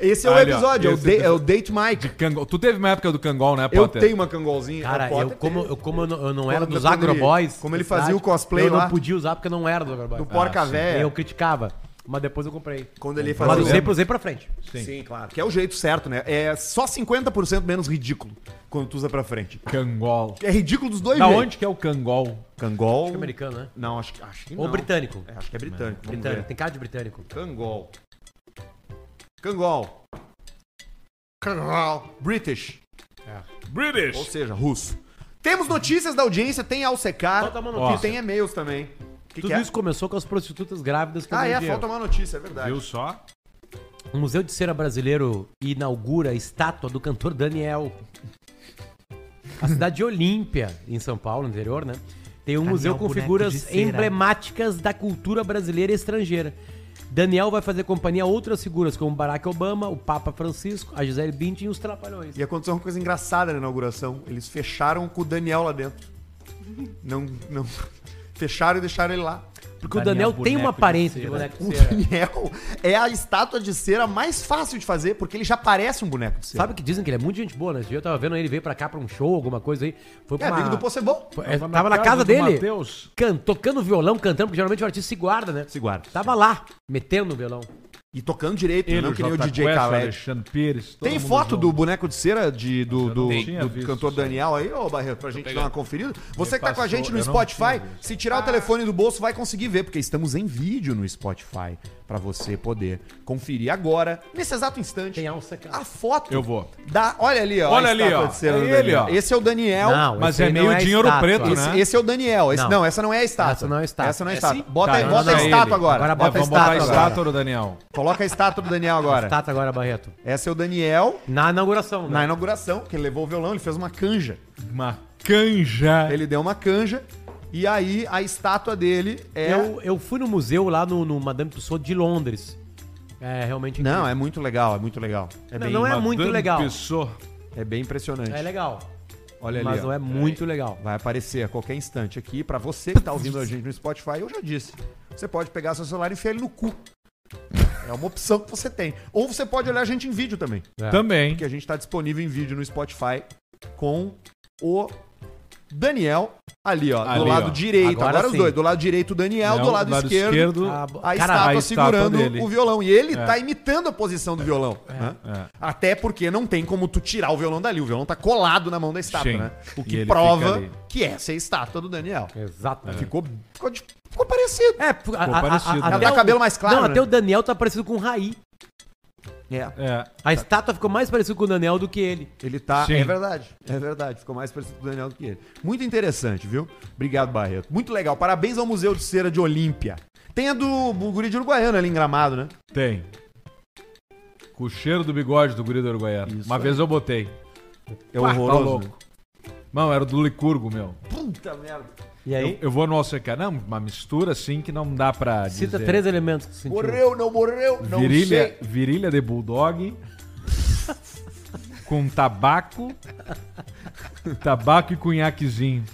S1: Esse é o
S2: Ali, ó,
S1: episódio, é, o
S2: esse
S1: da-
S2: episódio.
S1: é o Date Mike.
S2: Cangol- Tu teve uma época do Cangol, né,
S1: Eu
S2: Potter?
S1: tenho uma cangolzinha.
S3: Cara,
S1: O Potter
S3: eu como,
S1: tem.
S3: eu, como eu não, eu não era
S1: Quando-
S3: dos
S1: quando ele-
S3: agroboys.
S1: como ele
S3: da
S1: fazia
S3: cidade,
S1: o cosplay
S3: Eu
S1: lá.
S3: não podia usar porque eu não era do agroboy.
S1: do Porca
S2: sim.
S1: Véia.
S3: Eu criticava, mas depois eu comprei.
S1: Quando ele
S3: Mas
S1: fazia.
S2: eu
S1: o-
S3: usei, usei pra frente.
S1: Sim. claro. Que é o jeito certo, né? É só 50% menos ridículo quando tu usa pra frente.
S2: Cangol.
S1: É ridículo dos dois
S2: Da
S1: jeitos.
S2: onde que é o Cangol?
S1: Cangol.
S3: É Americano, né?
S1: Não, acho, que- acho que não.
S3: Ou britânico.
S1: É, acho que é britânico. vamos
S3: Britânico,
S1: ver.
S3: tem cara de britânico.
S1: Cangol. Cangol. Cangol. British. Ou
S2: British.
S1: seja, russo. Temos notícias da audiência, tem ao secar.
S3: Falta uma
S1: E
S3: notícia.
S1: tem e-mails também. Que
S3: Tudo
S1: que é?
S3: isso começou com as prostitutas grávidas que
S1: Ah, é,
S3: vendiam.
S1: falta uma notícia, é verdade.
S2: Viu só?
S3: O Museu de Cera Brasileiro inaugura a estátua do cantor Daniel. A cidade de Olímpia, em São Paulo, no interior, né? Tem um
S5: Daniel
S3: museu com
S5: Tá Boneco de
S3: figuras
S5: cera.
S3: emblemáticas da cultura brasileira e estrangeira. Daniel vai fazer companhia a outras figuras, como Barack Obama, o Papa Francisco, a Gisele Bündchen e os Trapalhões.
S1: E aconteceu uma coisa engraçada na inauguração. Eles fecharam com o Daniel lá dentro. Não, não. Fecharam e deixaram ele lá.
S3: Porque
S5: Daniel
S3: o Daniel tem uma
S5: Boneco de
S3: aparência de,
S5: cera.
S3: boneco
S1: O
S3: de cera.
S1: Daniel é a estátua de cera mais fácil de fazer, porque ele já parece um boneco de cera.
S3: Sabe que dizem que ele é muito gente boa, né? Esse dia eu tava vendo ele veio pra cá pra um show, alguma coisa aí. Foi
S1: É
S3: pra uma...
S1: amigo do Possebon.
S3: Foi- é, tava na casa
S2: do
S3: dele.
S2: Mateus.
S3: can- tocando violão, cantando, porque geralmente o artista se guarda, né?
S1: Se guarda.
S3: Tava lá, metendo o violão.
S1: E tocando direito,
S2: Ele, é
S1: não
S2: o
S1: que nem o
S2: Jota
S1: DJ
S2: Quest, o
S1: Khaled.
S2: Alexandre Pires. todo
S1: Tem
S2: mundo
S1: foto
S2: junto.
S1: do boneco de cera de, do,
S2: Eu
S1: do,
S2: não tinha
S1: do
S2: visto
S1: cantor
S2: isso aí.
S1: Daniel aí, ô Barreto, pra gente dar uma conferida. Você que tá com a
S2: passou,
S1: gente no
S2: eu não
S1: Spotify,
S2: tinha visto.
S1: se
S3: Ah.
S1: tirar o telefone do bolso, vai conseguir ver, porque estamos em vídeo no Spotify, pra você poder conferir agora, nesse exato instante,
S3: Tem alça, cara.
S1: a foto
S2: Eu vou.
S1: da. Olha ali, ó.
S2: Olha
S1: a
S2: ali,
S1: estátua
S2: ó.
S1: de cera
S2: É
S1: do
S2: ele,
S1: Daniel.
S2: ó.
S1: Esse é o Daniel.
S2: Mas
S3: esse
S2: é
S3: aí
S2: meio
S3: não a
S2: dinheiro
S3: estátua.
S2: preto, né?
S1: Esse, esse é o Daniel. Esse, não.
S3: Não.
S1: essa não é a estátua.
S3: Essa não é a estátua.
S1: Essa não é a
S3: É
S1: estátua.
S3: assim?
S1: Bota,
S3: Tá,
S1: aí-
S3: então
S1: bota a
S3: não é
S1: estátua
S2: ele.
S1: agora.
S3: Agora tá-
S2: É,
S3: bota
S2: vamos
S3: a
S2: botar a
S3: estátua
S2: estátua do Daniel.
S1: Coloca a estátua do Daniel agora.
S3: Tata agora, Barreto.
S1: Essa é o Daniel
S3: Na inauguração,
S1: na
S3: né?
S1: inauguração, que ele levou o violão, ele fez uma canja.
S2: Uma
S3: É.
S2: canja.
S1: Ele deu uma canja e aí a estátua dele é.
S3: Eu, eu fui no museu lá no, no Madame Tussauds de Londres. É realmente
S1: Não,
S3: incrível.
S1: é muito legal, é muito legal. É,
S3: Não,
S1: bem,
S3: não é
S2: Madame
S3: muito legal.
S2: Pessoa.
S1: é bem impressionante.
S3: É legal.
S1: Olha ali.
S3: mas não
S1: ó.
S3: é muito legal.
S1: Vai aparecer a qualquer instante aqui. Pra você que tá ouvindo a gente no Spotify, eu já disse. Você pode pegar seu celular e enfiar ele no cu. É uma opção que você tem. Ou você pode olhar a gente em vídeo também.
S3: É.
S2: Também.
S1: Porque a gente tá disponível em vídeo no Spotify com o Daniel ali, ó. do
S2: Ali,
S1: lado
S2: ó.
S1: direito. Agora,
S3: Agora
S1: os
S3: sim.
S1: dois. Do lado direito o Daniel,
S2: Não,
S1: do lado, esquerdo,
S3: Ah, bo-
S1: a,
S3: cara,
S1: estátua
S2: a estátua
S1: segurando
S2: dele.
S1: o violão. E ele
S2: É.
S1: tá imitando a posição do violão. né? Até porque não tem como tu tirar o violão dali. O violão tá colado na mão da estátua,
S2: Sim.
S1: né? O
S2: E
S1: que
S2: ele fica
S1: prova
S2: ali. É.
S1: que essa é a estátua do Daniel.
S3: Exato.
S1: Ficou, ficou, de- ficou parecido.
S3: tipo, É, porque a, a, a,
S2: parecido.
S3: a,
S2: Ela
S3: até
S1: tá
S3: o-
S1: cabelo mais claro,
S3: Não,
S1: né?
S3: até o Daniel tá parecido com o Raí.
S1: É.
S2: É.
S3: A estátua ficou mais parecida com o Daniel do que ele.
S1: Ele tá.
S2: Sim.
S1: É verdade, é verdade. Ficou mais parecido com o Daniel do que ele. Muito interessante, viu? Obrigado, Barreto. Muito legal. Parabéns ao Museu de Cera de Olímpia. Tem a do Guri de Uruguaiana ali em Gramado, né?
S2: Tem. Com o cheiro do bigode do guri do Uruguaiano.
S1: Isso
S2: Uma
S1: aí.
S2: vez eu botei.
S1: É
S2: Pá,
S1: horroroso.
S2: Tá louco. Não, era do Licurgo, meu.
S1: Puta merda.
S3: E
S2: Eu,
S3: aí,
S2: eu vou no alcercar. Não, uma mistura assim que não dá pra
S3: cita
S2: dizer.
S3: três elementos que tu sentiu.
S1: Morreu, não morreu, não
S2: virilha,
S1: sei.
S2: virilha de bulldog com tabaco, tabaco e cunhaquezinho.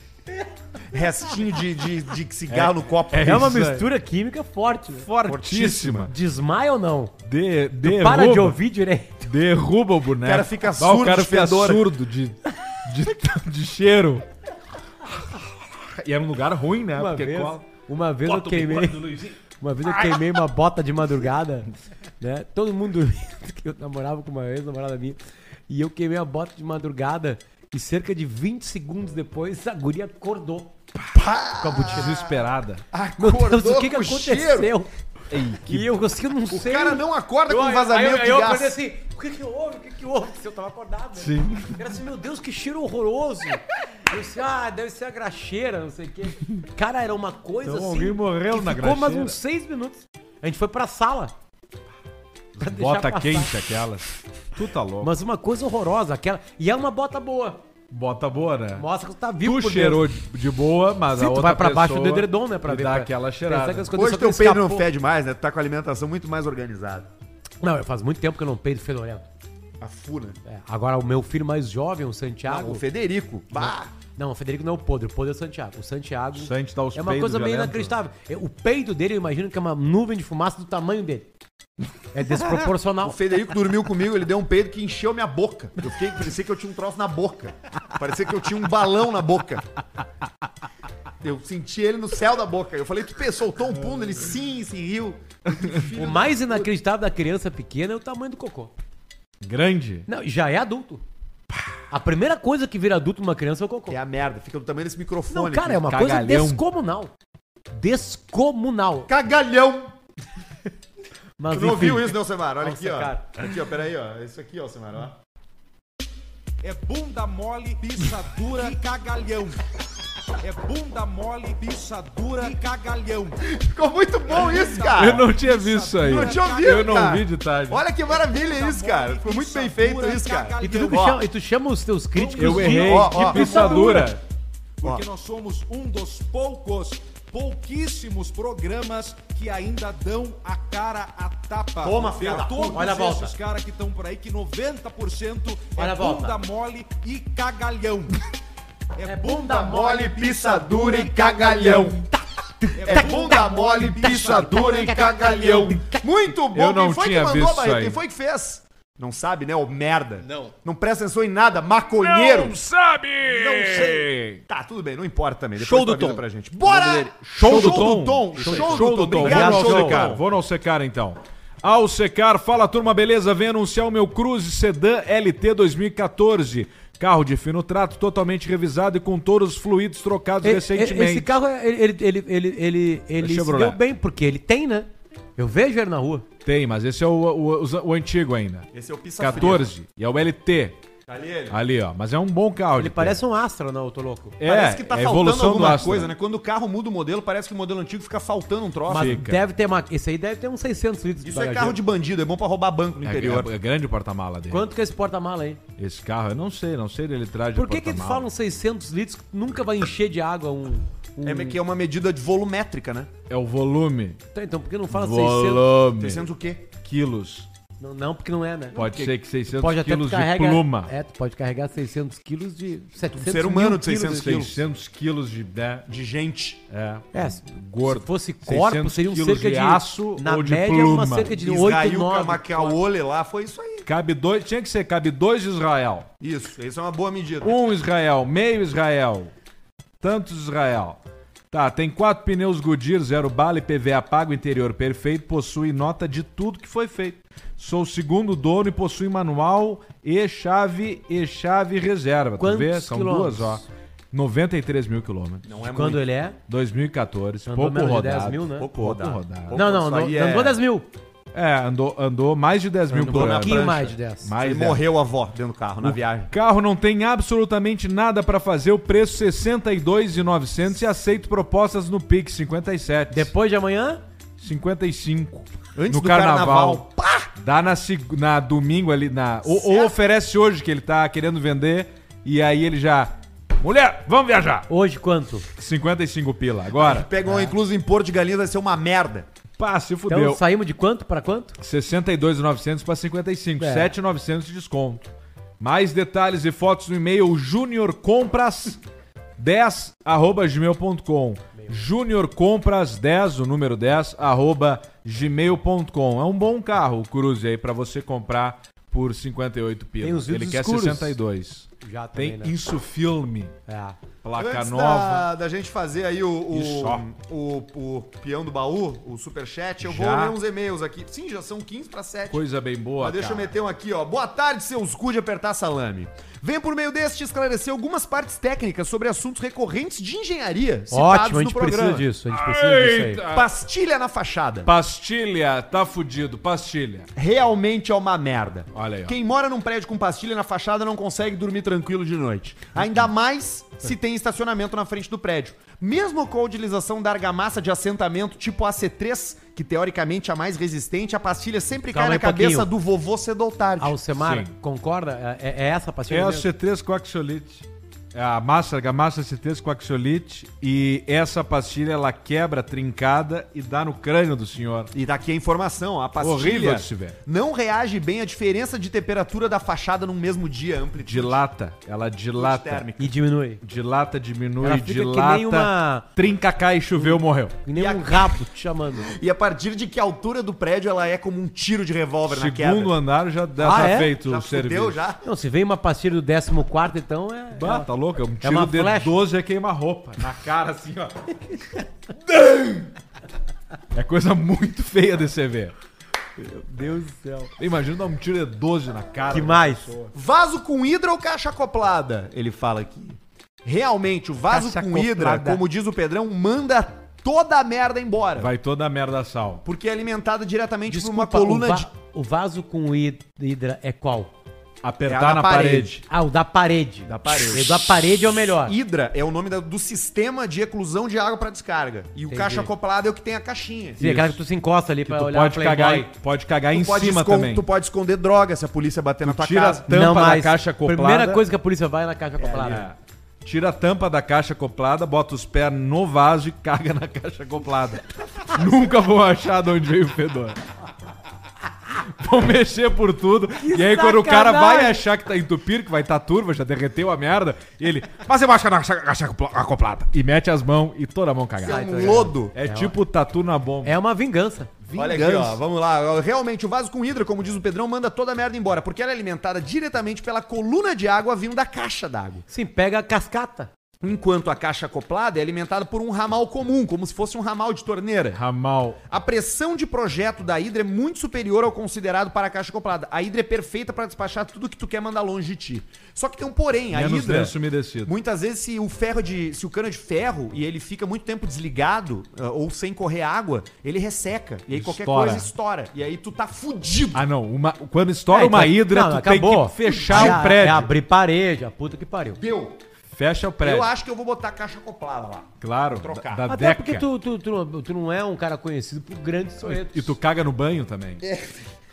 S1: Restinho de, de, de cigarro no copo.
S3: É uma
S2: Isso aí.
S3: mistura química forte. né?
S2: Fortíssima.
S3: Desmaia ou não?
S2: De, derruba,
S3: Para de ouvir direito.
S2: Derruba o boneco.
S1: O
S3: né?
S1: cara fica
S2: Bah,
S1: surdo
S2: O cara
S1: de
S2: fica
S1: fedor.
S2: surdo de, de, de cheiro. E era um lugar ruim, né?
S3: Uma
S2: Porque
S3: vez,
S2: cola.
S3: uma vez eu queimei. Uma
S1: Ah!
S3: vez eu queimei uma bota de madrugada, né? Todo mundo dormindo, que eu namorava com uma ex-namorada minha. E eu queimei a bota de madrugada e cerca de 20 segundos depois a guria acordou.
S2: Com a botina desesperada.
S3: Meu
S1: Acordou
S3: Deus, o que, que
S1: com cheiro.
S3: aconteceu? E eu, assim, eu não
S1: O
S3: sei.
S1: cara não acorda
S2: Tá
S3: Eu-
S1: com vazamento
S3: aí, aí eu
S1: de gás.
S3: acordei assim, o que que houve? O que que houve? Eu tava acordado, né?
S2: Sim.
S3: Era assim, meu Deus, que cheiro horroroso. Eu disse, ah, deve ser a graxeira, não sei o quê. Cara, era uma coisa
S2: Então
S3: assim.
S2: alguém morreu
S3: que
S2: na
S3: ficou mais
S2: graxeira.
S3: uns seis minutos. A gente foi pra sala. Pra deixar
S2: Bota
S3: passar.
S2: quente aquelas. Tu tá louco.
S3: Mas uma coisa horrorosa, aquela. E é uma bota boa.
S2: Bota boa, né?
S3: Mostra que tu tá vivo
S2: Tu
S3: por
S2: cheirou de, de boa, mas
S3: Sim,
S2: a
S3: tu
S2: outra
S3: vai pra baixo
S2: pessoa
S3: do edredom, né, pra
S2: te
S3: ver,
S2: Dá
S3: pra-
S2: aquela
S3: Pensar
S2: cheirada.
S3: que as coisas-
S1: Hoje
S3: só
S1: teu
S3: que
S1: peito não
S3: escapou.
S1: fede mais, né? Tu tá com a alimentação muito mais organizada.
S3: dentro. Não, faz muito tempo que eu não peido fedorento.
S1: A funa.
S3: É, agora, o meu filho mais jovem, o
S1: Não,
S3: Santiago.
S1: Ah, o Federico. Bah.
S3: Não, o Federico não é o podre, o podre é o Santiago. O Santiago.
S2: O Santi dá os
S3: é uma
S2: peidos
S3: coisa meio
S2: violentos.
S3: inacreditável. É, O peito dele, eu imagino que é uma nuvem de fumaça do tamanho dele. É desproporcional.
S1: O Federico dormiu comigo, ele deu um peido que encheu minha boca. Eu fiquei, parecia que eu tinha um troço na boca. Parecia que eu tinha um balão na boca. Eu senti ele no céu da boca. Eu falei, tu pe- soltou um pulo, ele sim, se riu.
S3: o mais inacreditável da criança pequena é o tamanho do cocô.
S2: Grande.
S3: Não, já é adulto. A primeira coisa que vira adulto numa criança é o cocô.
S1: É a merda, fica do tamanho desse microfone.
S3: Não, cara, é uma coisa
S2: cagalhão.
S3: descomunal. Descomunal.
S1: Cagalhão!
S3: Mas,
S1: Tu não
S3: enfim,
S1: viu isso, não, Semar? Olha
S3: Nossa,
S1: aqui, ó.
S3: cara.
S1: Aqui, ó, peraí, ó. Isso aqui, ó, Semar, ó.
S5: É bunda mole, pisadura e cagalhão. É bunda mole, pisadura e cagalhão.
S1: Ficou muito bom isso, cara.
S2: Eu não tinha visto isso aí.
S1: Eu Ah, não tinha ouvido,
S2: Eu não
S1: cara.
S2: vi de tarde.
S1: Olha que maravilha isso, cara. Ficou muito bem feito isso, cara.
S3: E tu, nunca
S1: Ó.
S3: chama, e tu chama os teus críticos
S2: Eu
S3: de-
S2: errei.
S1: Ó, ó.
S2: que pisadura.
S5: Porque nós somos um dos poucos, pouquíssimos programas que ainda dão a cara a tapa.
S1: Toma,
S5: De
S1: filha da puta.
S5: Todos
S3: Olha a volta.
S5: esses caras que estão por aí, que 90% é
S3: Olha a volta.
S5: bunda mole e cagalhão.
S3: É bunda
S1: mole, pizza dura e cagalhão. É bunda mole, pizza dura e cagalhão. Muito bom.
S2: Eu não tinha visto
S1: Barreto?
S2: isso aí.
S1: Quem foi que fez? Não sabe, né, ô merda?
S4: Não.
S1: Não presta atenção em nada, maconheiro.
S2: sabe!
S1: Não sei. Tá, tudo bem, não importa também. Depois
S4: Show
S1: tu
S4: do
S1: avisa
S4: Tom.
S1: Pra gente. Bora!
S2: Show, do Tom.
S1: Show,
S2: Show do Tom.
S1: Obrigado,
S2: Vou
S1: show
S2: no
S1: do
S2: Alcecar.
S1: Tom.
S2: Vou no Alcecar, então. Alcecar, fala turma, beleza? Vem anunciar o meu Cruze Sedan LT 2014. Carro de fino trato, totalmente revisado e com todos os fluidos trocados
S3: E- e-
S2: recentemente.
S3: Esse carro, é- ele, ele, ele, ele, ele, ele se
S2: Chevrolet.
S3: deu bem, porque ele tem, né? Eu vejo ele na rua.
S2: Tem, mas esse é o, o- o- o antigo ainda.
S1: Esse é o pizza
S2: 14. E é o LT.
S1: Ali ele.
S2: Ali, ó. Mas é um bom carro.
S3: Ele
S2: de
S3: parece um Astra, não, eu tô louco.
S2: ter. É,
S1: parece que tá
S2: é a
S1: faltando
S2: evolução do
S1: alguma
S2: Astra.
S1: coisa, né? Quando o carro muda o modelo, parece que o modelo antigo fica faltando um troço.
S3: Mas
S2: fica.
S3: deve ter uma... Esse aí deve ter uns 600 litros
S1: Isso é carro de bandido, é bom pra roubar banco no
S2: É,
S1: interior.
S2: é- é grande o porta-mala dele.
S3: Quanto que é esse porta-mala aí?
S2: Esse carro, eu não sei, não sei ele traz de
S3: Por que que eles
S2: porta-mala.
S3: falam 600 litros que nunca vai encher de água um... um...
S1: É que é uma medida de volumétrica, né?
S2: É o volume.
S3: Então, então, por que não
S1: Tá
S3: fala 600?
S2: Volume.
S1: 600 o quê?
S2: quilos.
S3: Não, não, porque não é, né?
S2: Pode ser que 600
S3: pode até
S2: quilos
S3: tu carrega,
S2: de pluma.
S3: É, tu pode carregar 600 quilos de... 700
S1: Um ser humano
S3: mil
S1: de 600
S3: quilos.
S2: 600 quilos de... né,
S1: De gente.
S2: é,
S3: É, se
S2: gordo.
S3: fosse
S2: 600
S3: corpo, seriam
S2: quilos
S3: cerca de...
S2: de aço
S3: na
S2: ou de
S3: média, uma
S2: pluma.
S3: cerca de 8,
S1: Israel
S3: 9.
S1: Kamakaole lá, foi isso aí.
S2: Cabe dois... Tinha que ser, cabe dois de Israel.
S1: Isso, isso é uma boa medida.
S2: Um Israel, meio Israel. Tantos Israel. Tá, tem quatro pneus Goodyear, zero bala e PVA pago, interior perfeito, possui nota de tudo que foi feito. Sou o segundo dono e possui manual e chave e chave reserva.
S3: Quantos
S2: tu vê? São
S3: quilômetros?
S2: duas, ó. 93 mil quilômetros.
S1: Não é
S3: Quando ele é...
S2: 2014,
S3: Andou
S2: pouco
S3: menos de 10
S2: rodado.
S3: mil, né?
S2: Pouco rodado. rodado.
S3: Não, não,
S1: Isso
S3: não,
S1: aí
S3: não
S1: é-
S3: andou 10 mil.
S2: É, andou, andou mais de 10 mil
S3: Andou
S2: por
S3: um
S2: ano.
S3: pouquinho
S1: prancha.
S3: mais de 10.
S2: Mais
S1: Ele
S2: de 10
S1: morreu a avó dentro do carro, na viagem.
S2: Carro não tem absolutamente nada pra fazer, o preço 62,900 e aceito propostas no Pix 57.
S3: Depois de amanhã,
S2: 55.
S1: Antes
S2: no
S1: do carnaval.
S2: carnaval. Dá na, seg- na domingo ali na ou, ou oferece hoje que ele tá querendo vender e aí ele já Mulher, vamos viajar.
S3: Hoje quanto?
S2: 55 pila. Agora,
S1: Pegam, um incluso em Porto de Galinhas, vai ser uma merda.
S2: pá, se
S3: Então
S2: fudeu.
S3: saímos de quanto pra quanto?
S2: 62,900 para 55.
S3: É.
S2: 7,900 de desconto. Mais detalhes e fotos no e-mail juniorcompras10 arroba gmail.com. Juniorcompras10, o número 10, arroba gmail.com. É um bom carro o Cruze aí para você comprar por 58 pila.
S3: Tem os
S2: Ele
S3: vidros
S2: quer
S3: escuros.
S2: 62.
S3: Já
S2: Tem
S3: né?
S2: isso filme,
S3: É.
S2: placa
S1: Antes
S2: nova.
S1: Da, da gente fazer aí o,
S2: Isso, ó.
S1: o, o, o peão do baú, o superchat, eu vou
S2: Já.
S1: ler uns e-mails aqui. Sim, já são 15 para 7.
S2: Coisa bem boa,
S1: Mas deixa eu
S2: cara.
S1: meter um aqui, ó. Boa tarde, seus cu de apertar salame. Vem por meio deste esclarecer algumas partes técnicas sobre assuntos recorrentes de engenharia
S3: Ótimo, a gente precisa disso. A gente precisa disso aí.
S2: Eita.
S1: Pastilha na fachada.
S2: Pastilha, tá fudido, pastilha.
S1: Realmente é uma merda.
S2: Olha aí, ó.
S1: Quem mora num prédio com pastilha na fachada não consegue dormir tranquilo de noite. Ainda mais se tem estacionamento na frente do prédio. Mesmo com a utilização da argamassa de assentamento tipo AC3, que teoricamente é a mais resistente, a pastilha sempre
S3: Calma
S1: cai
S3: aí
S1: na cabeça
S3: pouquinho.
S1: do vovô cedo ou tarde.
S3: Alcemar,
S2: Sim.
S3: concorda? É, é essa a
S2: É
S3: pastilha?
S2: a
S3: mesmo?
S2: C3 com axiolite. É a massa, a massa C3 com axiolite. E essa pastilha, ela quebra, trincada e dá no crânio do senhor.
S1: E daqui a informação, a pastilha
S2: Horrível isso, velho.
S1: não reage bem à diferença de temperatura da fachada num mesmo dia, amplitude.
S2: Dilata, ela dilata.
S1: Térmica.
S3: E diminui.
S2: Dilata, diminui,
S3: Ela fica que nem
S2: dilata.
S3: uma-
S2: Trinca cá e choveu, morreu.
S3: Que nem um rabo te chamando.
S1: E a partir de que altura do prédio ela é como um tiro de revólver na queda?
S2: Segundo andar já dá
S3: Ah,
S2: tá
S3: é?
S2: feito
S1: já
S2: o serviço.
S1: fudeu, já?
S3: Não, se vem uma pastilha do 14, então é.
S2: Bah, tá louco? É um tiro
S3: uma
S2: de
S3: flecha.
S2: 12 é queima-roupa. Na cara, assim, ó. é coisa muito feia de você ver.
S3: Meu Deus do céu.
S2: Imagina dar um tiro de 12 na cara.
S3: Que mais?
S1: Vaso com hidra ou caixa acoplada? Ele fala aqui. Realmente, o vaso
S2: Caixa
S1: com hidra,
S2: acoplada.
S1: como diz o Pedrão, manda toda a merda embora.
S2: É. Vai toda a merda a sal.
S1: Porque é alimentada diretamente
S3: Desculpa,
S1: por uma coluna
S3: o, va-
S1: de.
S3: o vaso com hid- hidra é qual?
S2: Apertar
S1: É
S2: na
S1: na
S2: parede.
S1: parede.
S3: Ah, o da parede.
S1: Da parede.
S3: O da parede é o melhor.
S1: Hidra é o nome da- do sistema de eclusão de água para descarga. E o
S3: Entendi.
S1: caixa acoplado é o que tem a caixinha.
S3: Sim, aquela que tu se encosta ali pra
S2: Tu
S3: olhar
S2: pode
S3: Playboy.
S2: cagar, em- pode cagar tá em
S1: pode
S2: cima
S1: escon-
S2: também.
S1: tu pode esconder droga se a polícia bater na tua
S2: tira-
S1: casa.
S2: Tampa
S3: Não,
S2: na
S3: mas
S2: caixa acoplada.
S3: primeira coisa que a polícia vai é na caixa acoplada.
S2: É. Tira a tampa da caixa acoplada, bota os pés no vaso e caga na caixa acoplada. Nunca vão achar de onde veio o fedor. Vão mexer por tudo. e aí, quando o cara
S3: sacanagem.
S2: vai achar que tá entupido, que vai estar turva, já derreteu a merda, ele. Mas eu acho é na caixa- caixa acopla- acoplada. E mete as mãos e toda a mão
S1: É
S2: cagada.
S1: um lodo.
S2: É, tipo tatu na bomba.
S3: É uma vingança.
S1: Olha aqui, ó, vamos lá. Realmente, o vaso com hidra, como diz o Pedrão, manda toda a merda embora, porque ela é alimentada diretamente pela coluna de água vindo da caixa d'água.
S3: Sim, pega a cascata.
S1: Enquanto a caixa acoplada é alimentada por um ramal comum, como se fosse um ramal de torneira.
S2: Ramal.
S1: A pressão de projeto da hidra é muito superior ao considerado para a caixa acoplada. A hidra é perfeita para despachar tudo que tu quer mandar longe de ti. Só que tem um porém, a
S2: Menos
S1: hidra...
S2: denso umedecido.
S1: Muitas vezes, se o ferro de. Se o cano é de ferro e ele fica muito tempo desligado ah, ou sem correr água, ele resseca. E aí qualquer
S2: Estoura.
S1: coisa estoura. E aí tu tá fudido.
S2: Ah, não. Uma, quando estoura
S3: É,
S2: uma
S3: então-
S2: hidra,
S3: não,
S2: tu
S3: acabou.
S2: tem que fechar
S3: É-
S2: o prédio.
S3: É abrir parede, a puta que pariu.
S1: Deu.
S2: Fecha o prédio.
S1: Eu acho que eu vou botar a caixa acoplada lá.
S2: Claro.
S1: Trocar.
S2: Da, da
S3: Até
S2: deca.
S3: porque tu, tu, tu, tu não é um cara conhecido por grandes sonhetos.
S2: E tu caga no banho também.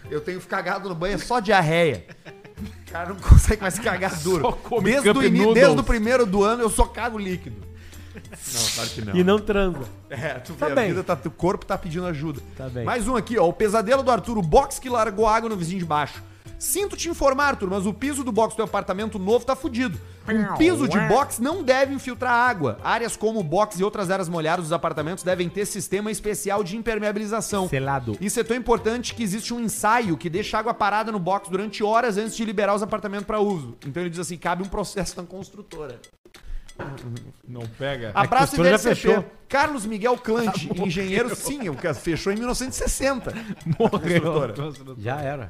S1: Eu tenho cagado no banho, é só diarreia. O cara não consegue mais cagar duro.
S2: Só come
S1: Desde,
S2: Cup
S1: o ini-
S2: Noodles.
S1: desde o primeiro do ano eu só cago líquido. Não, claro que não.
S3: E não transa.
S1: É, tu vê,
S3: Tá
S1: a
S3: bem.
S1: vida tá, o corpo tá pedindo ajuda.
S3: Tá bem.
S1: Mais um aqui, ó. O pesadelo do Arthur, o box que largou água no vizinho de baixo. Sinto te informar, Arthur, mas o piso do box do teu apartamento novo tá fudido. Um piso de box não deve infiltrar água. Áreas como o box e outras áreas molhadas dos apartamentos devem ter sistema especial de impermeabilização.
S3: Selado.
S1: Isso é tão importante que existe um ensaio que deixa a água parada no box durante horas antes de liberar os apartamentos para uso. Então ele diz assim: cabe um processo na construtora.
S2: Não pega.
S3: A
S1: Abraço
S3: costura já
S1: IDCP.
S3: fechou.
S1: Carlos Miguel Clante, engenheiro, sim, o que fechou em 1960.
S2: Morreu.
S3: Já era.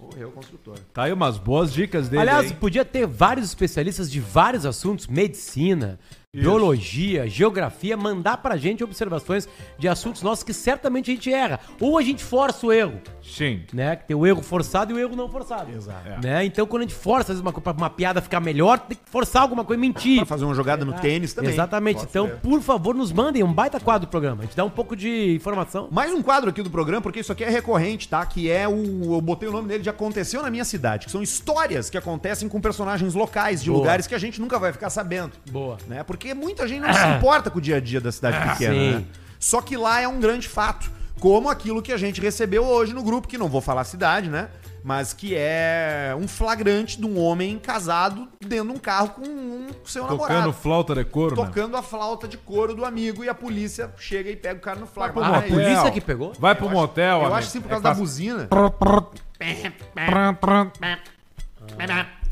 S1: Morreu construtor.
S2: Tá aí umas boas dicas dele.
S3: Aliás,
S2: hein?
S3: podia ter vários especialistas de vários assuntos, medicina, biologia, geografia, mandar pra gente observações de assuntos nossos que certamente a gente erra. Ou a gente força o erro,
S2: Sim.
S3: né? Que tem o erro forçado e o erro não forçado.
S1: Exato.
S3: Né? Então quando a gente força, às vezes, uma, co- pra uma piada ficar melhor, tem que forçar alguma coisa e mentir.
S1: Pra fazer uma jogada no tênis também.
S3: Exatamente.
S1: Pode
S3: então,
S1: ser.
S3: por favor, nos mandem um baita quadro do programa. A gente dá um pouco de informação.
S1: Mais um quadro aqui do programa, porque isso aqui é recorrente, tá? Que é o. Eu botei o nome dele de Aconteceu na Minha Cidade, que são histórias que acontecem com personagens locais, de
S3: Boa.
S1: lugares que a gente nunca vai ficar sabendo.
S3: Boa.
S1: Né? Porque muita gente não se importa com o dia a dia da
S2: Ah,
S1: cidade pequena,
S3: sim.
S1: né? Só que lá é um grande fato. Como aquilo que a gente recebeu hoje no grupo, que não vou falar a cidade, né? Mas que é um flagrante de um homem casado dentro de um carro com um com seu
S2: Tocando
S1: namorado.
S2: flauta de couro, né?
S1: Tocando a flauta de couro do amigo e a polícia chega e pega o cara no flagra.
S2: Vai pro
S1: Mas
S2: motel.
S3: polícia que pegou?
S2: Vai pro motel,
S1: eu
S2: amigo.
S1: acho sim por
S2: É
S1: causa da
S2: fácil.
S1: buzina.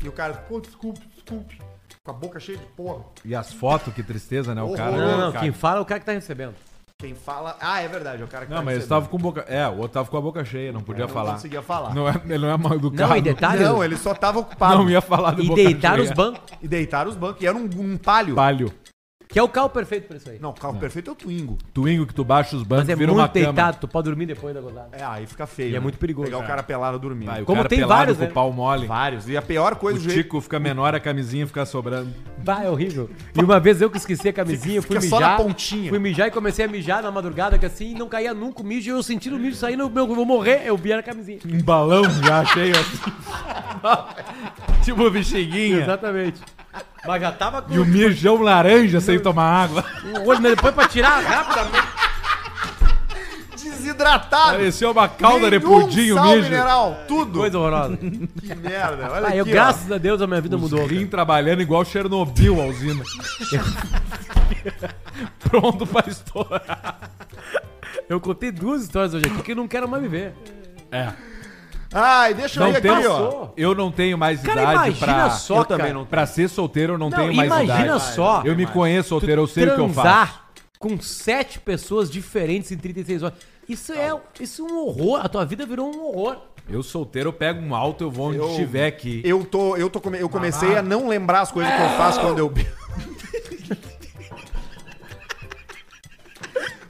S1: E o cara, pô, desculpe, desculpe. Com a boca cheia de porra.
S2: E as fotos, que tristeza, né? O
S1: Horror.
S2: cara.
S3: Não, não, não.
S2: cara.
S3: Quem fala é o cara que tá recebendo.
S1: Quem fala. Ah, é verdade, é o cara que
S2: Não, mas ele
S1: recebendo.
S2: estava com boca. É, o outro tava com a boca cheia, não podia
S1: não
S2: falar.
S1: conseguia falar.
S2: Não é, ele não é mal educado.
S3: Não, e detalhe.
S1: Não, ele só tava ocupado.
S2: Não ia falar de
S3: E
S2: boca
S3: deitaram os
S2: cheia.
S3: bancos.
S1: E deitaram os bancos. E era um, um palio.
S2: Palho.
S3: Que é o carro perfeito pra isso aí.
S1: Não, o carro perfeito é o Twingo.
S2: Twingo que tu baixa os bancos,
S3: Mas é
S2: vira
S3: muito
S2: uma cama.
S3: deitado, tu pode dormir depois da gozada.
S1: É, aí fica feio.
S3: E é muito perigoso,
S1: Pegar o
S2: é.
S1: cara pelado dormindo.
S2: Aí, o
S3: Como
S2: cara
S3: tem
S2: pelado
S3: vários,
S2: com
S3: né?
S2: o pau mole.
S1: Vários. E a pior coisa
S2: O Tico fica menor, a camisinha fica sobrando.
S3: Vai, é horrível. E uma vez eu que esqueci a camisinha, fui
S1: Fica
S3: mijar.
S1: é só na pontinha.
S3: Fui mijar e comecei a mijar na madrugada, que assim, não caía nunca o mijo. E eu senti o mijo saindo, meu, eu vou morrer. Eu vi a camisinha.
S2: Um balão já cheio assim. tipo bexiguinha.
S3: Exatamente. Mas já tava com
S2: E o mijão laranja sem tomar água.
S3: o olho, né? Depois pra tirar rapidamente.
S1: desidratado.
S2: Parecia uma calda de
S1: Nenhum
S2: pudim o
S1: sal
S2: mijo.
S1: mineral. Tudo.
S3: Coisa horrorosa.
S1: Que merda. Olha
S3: Ah, eu,
S1: aqui, ó.
S3: graças a Deus, a minha vida
S2: Os
S3: mudou.
S2: rim trabalhando igual Chernobyl, a usina. Pronto pra estourar.
S3: cara. Eu contei duas histórias hoje aqui que eu não quero mais me ver.
S1: Ai, deixa eu
S2: Não
S1: ir aqui,
S2: tenho,
S1: ó.
S2: eu não tenho mais
S3: Cara,
S2: idade
S3: imagina
S2: pra...
S3: só,
S2: eu também
S3: cara.
S2: não tenho. Pra ser solteiro, eu não,
S3: Não,
S2: tenho mais idade.
S3: imagina só.
S2: Eu me conheço solteiro, eu sei o que eu faço.
S3: transar com sete pessoas diferentes em 36 horas. Isso é, isso é um horror. A tua vida virou um horror.
S2: Eu solteiro, eu pego um alto, eu vou onde
S1: Eu-
S2: estiver aqui.
S1: Eu tô, eu tô, come- eu comecei a não lembrar as coisas que eu faço quando eu bebo.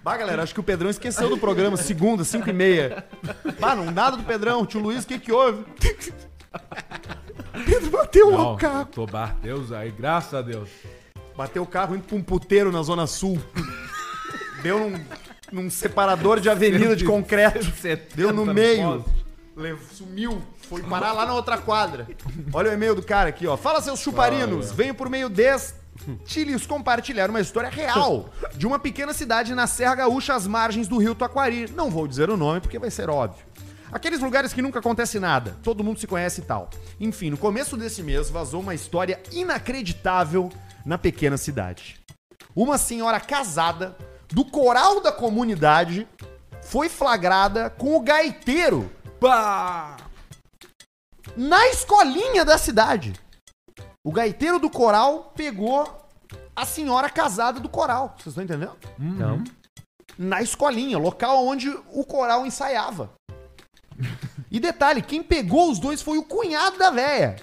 S1: Bah, galera, acho que o Pedrão esqueceu do programa, segunda, 5 e meia. Bah, não nada do Pedrão, tio Luiz, o que que houve? Pedro bateu
S2: Não,
S1: o carro.
S2: tô bar, Deus aí, graças a Deus.
S1: Bateu o carro indo pra um puteiro na Zona Sul. Deu num, num separador de avenida de concreto. Deu no meio. Lev- Sumiu. Foi parar lá na outra quadra. Olha o e-mail do cara aqui, ó. Fala, seus chuparinos. Venho por meio deste. Tilis compartilhar uma história real de uma pequena cidade na Serra Gaúcha às margens do rio Taquari. Não vou dizer o nome porque vai ser óbvio. Aqueles lugares que nunca acontece nada, todo mundo se conhece e tal. Enfim, no começo desse mês vazou uma história inacreditável na pequena cidade uma senhora casada do coral da comunidade foi flagrada com o gaiteiro na escolinha da cidade. O gaiteiro do coral pegou a senhora casada do coral. Vocês estão entendendo?
S3: Não.
S1: na escolinha, local onde o coral ensaiava. E detalhe, quem pegou os dois foi o cunhado da véia.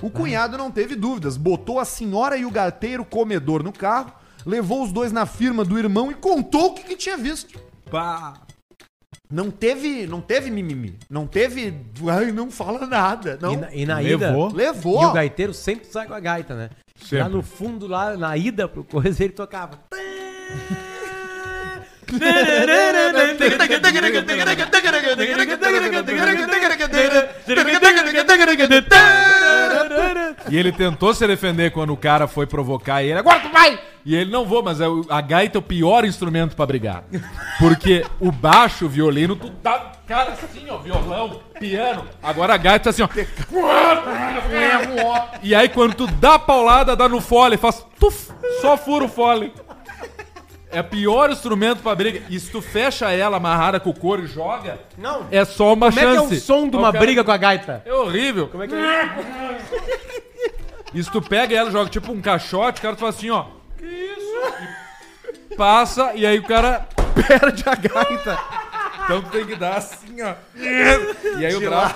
S1: O cunhado não teve dúvidas, botou a senhora e o gateiro comedor no carro, levou os dois na firma do irmão e contou o que, que tinha visto. Não teve, não teve mimimi, não teve, ai, não fala nada, não.
S3: E na, e na
S2: Levou.
S3: ida.
S1: Levou.
S3: E o gaiteiro sempre sai com a gaita, né? Lá
S2: Sempre.
S3: no fundo, lá na ida pro coisa, ele tocava.
S2: E ele tentou se defender quando o cara foi provocar ele. Agora tu vai! E ele não vou, mas é o- a gaita é o pior instrumento pra brigar. Porque o baixo, o violino, tu tá. Cara, assim, ó, violão, piano. Agora a gaita tá assim, ó. E aí quando tu dá a paulada, dá no fole, faz. Tuf, só fura o fole. É o pior instrumento pra briga. E se tu fecha ela amarrada com o couro e joga,
S3: Não.
S2: é só uma
S3: Como é
S2: chance.
S3: que é o som de
S2: Aí o
S3: uma
S2: cara-
S3: briga com a
S1: Ah,
S3: gaita?
S2: é horrível. Como é que é? Isso tu pega ela, joga tipo um caixote, o cara faz assim, ó. Que isso? E passa e aí o cara perde a gaita. Então tu tem que dar assim, ó. E aí o braço.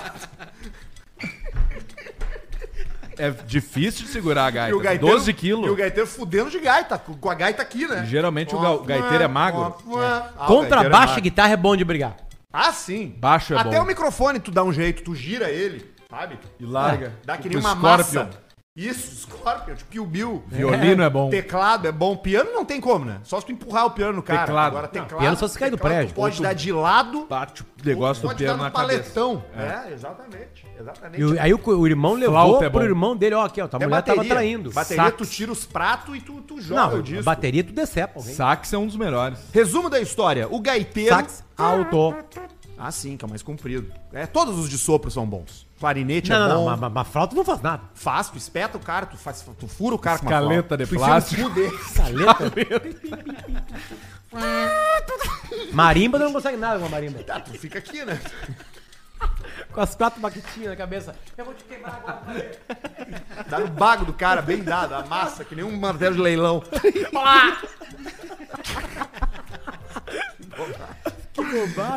S2: é difícil de segurar a
S1: E o
S2: gaita.
S1: gaiteiro, E
S2: 12
S1: o
S2: quilos.
S1: gaiteiro fudendo de gaita, com com a gaita aqui, né?
S2: E geralmente o ga- o gaiteiro é magro.
S1: Ah, o
S3: Contra
S1: gaiteiro é
S3: baixa
S1: magro.
S3: guitarra é bom de brigar.
S1: Ah, sim.
S2: Baixo é
S1: Até
S2: bom.
S1: o microfone tu dá um jeito, tu gira ele, sabe? É,
S2: E larga.
S1: Dá que nem
S2: Tipo
S1: uma
S2: Scorpion.
S1: massa. Isso, Scorpion, tipo Kill Bill.
S2: Violino é bom.
S1: Teclado é bom. Piano não tem como, né? Só se tu empurrar o piano, cara.
S2: Teclado.
S1: Agora, teclado.
S3: piano só se cair do
S1: teclado,
S3: prédio.
S1: Tu pode
S3: Ou tu
S1: dar de lado.
S2: Bate Ah, tipo, o negócio
S1: ou tu
S2: do
S1: pode dar
S2: piano
S1: no
S2: na cabeça.
S1: paletão. É. exatamente. Exatamente.
S3: E o- aí o, co- o irmão levou
S2: Flauta é
S3: pro
S2: bom.
S3: irmão dele, ó, aqui, ó, tua mulher tava traindo.
S1: É Bateria,
S3: Sax.
S1: tu tira os pratos e tu, tu joga
S3: Não,
S1: o disco.
S3: bateria tu decepa alguém.
S2: Sax é um dos melhores.
S1: Resumo da história. O gaiteiro...
S3: Sax, alto.
S1: Ah, sim, que é o mais comprido. É, todos os de sopro são bons. Clarinete
S3: Não,
S1: é
S3: não,
S1: bom.
S3: não, mas, mas, mas flauta não faz nada.
S1: Faz, tu espeta o cara, tu, faz, tu fura o cara
S2: Escaleta
S1: com
S2: de
S1: uma flauta. Tu enfia
S2: plástico.
S1: no cu dele.
S3: Saleta. marimba tu não consegue nada com a marimba.
S1: Tá, tu fica aqui, né?
S3: Com as quatro baquetinhas na cabeça. Eu vou te quebrar agora.
S1: Dá no bago do cara, bem dado, amassa, que nem um martelo de leilão.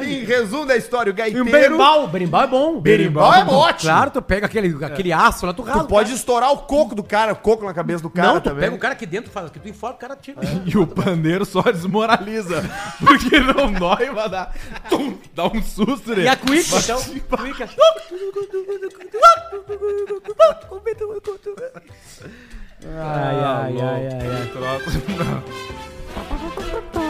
S1: em resumo da história, o
S3: E um
S1: gaiteiro...
S3: berimbau. Berimbau é bom.
S1: Berimbau é ótimo.
S3: Claro, tu pega aquele, aquele aço lá, tu rala.
S1: Tu pode estourar o coco do cara, o coco na cabeça do
S3: cara. É.
S1: cara
S3: Não, tu
S1: também.
S3: pega o cara aqui dentro, faz aqui, tu enforca, o cara tira.
S2: E o pandeiro só desmoraliza. Porque não dói, vai dar. Tum, dá um susto
S3: E
S2: nele.
S3: a cuica, então. Cuica. Ai, ai, ai, ai, ai.
S2: Troço, não.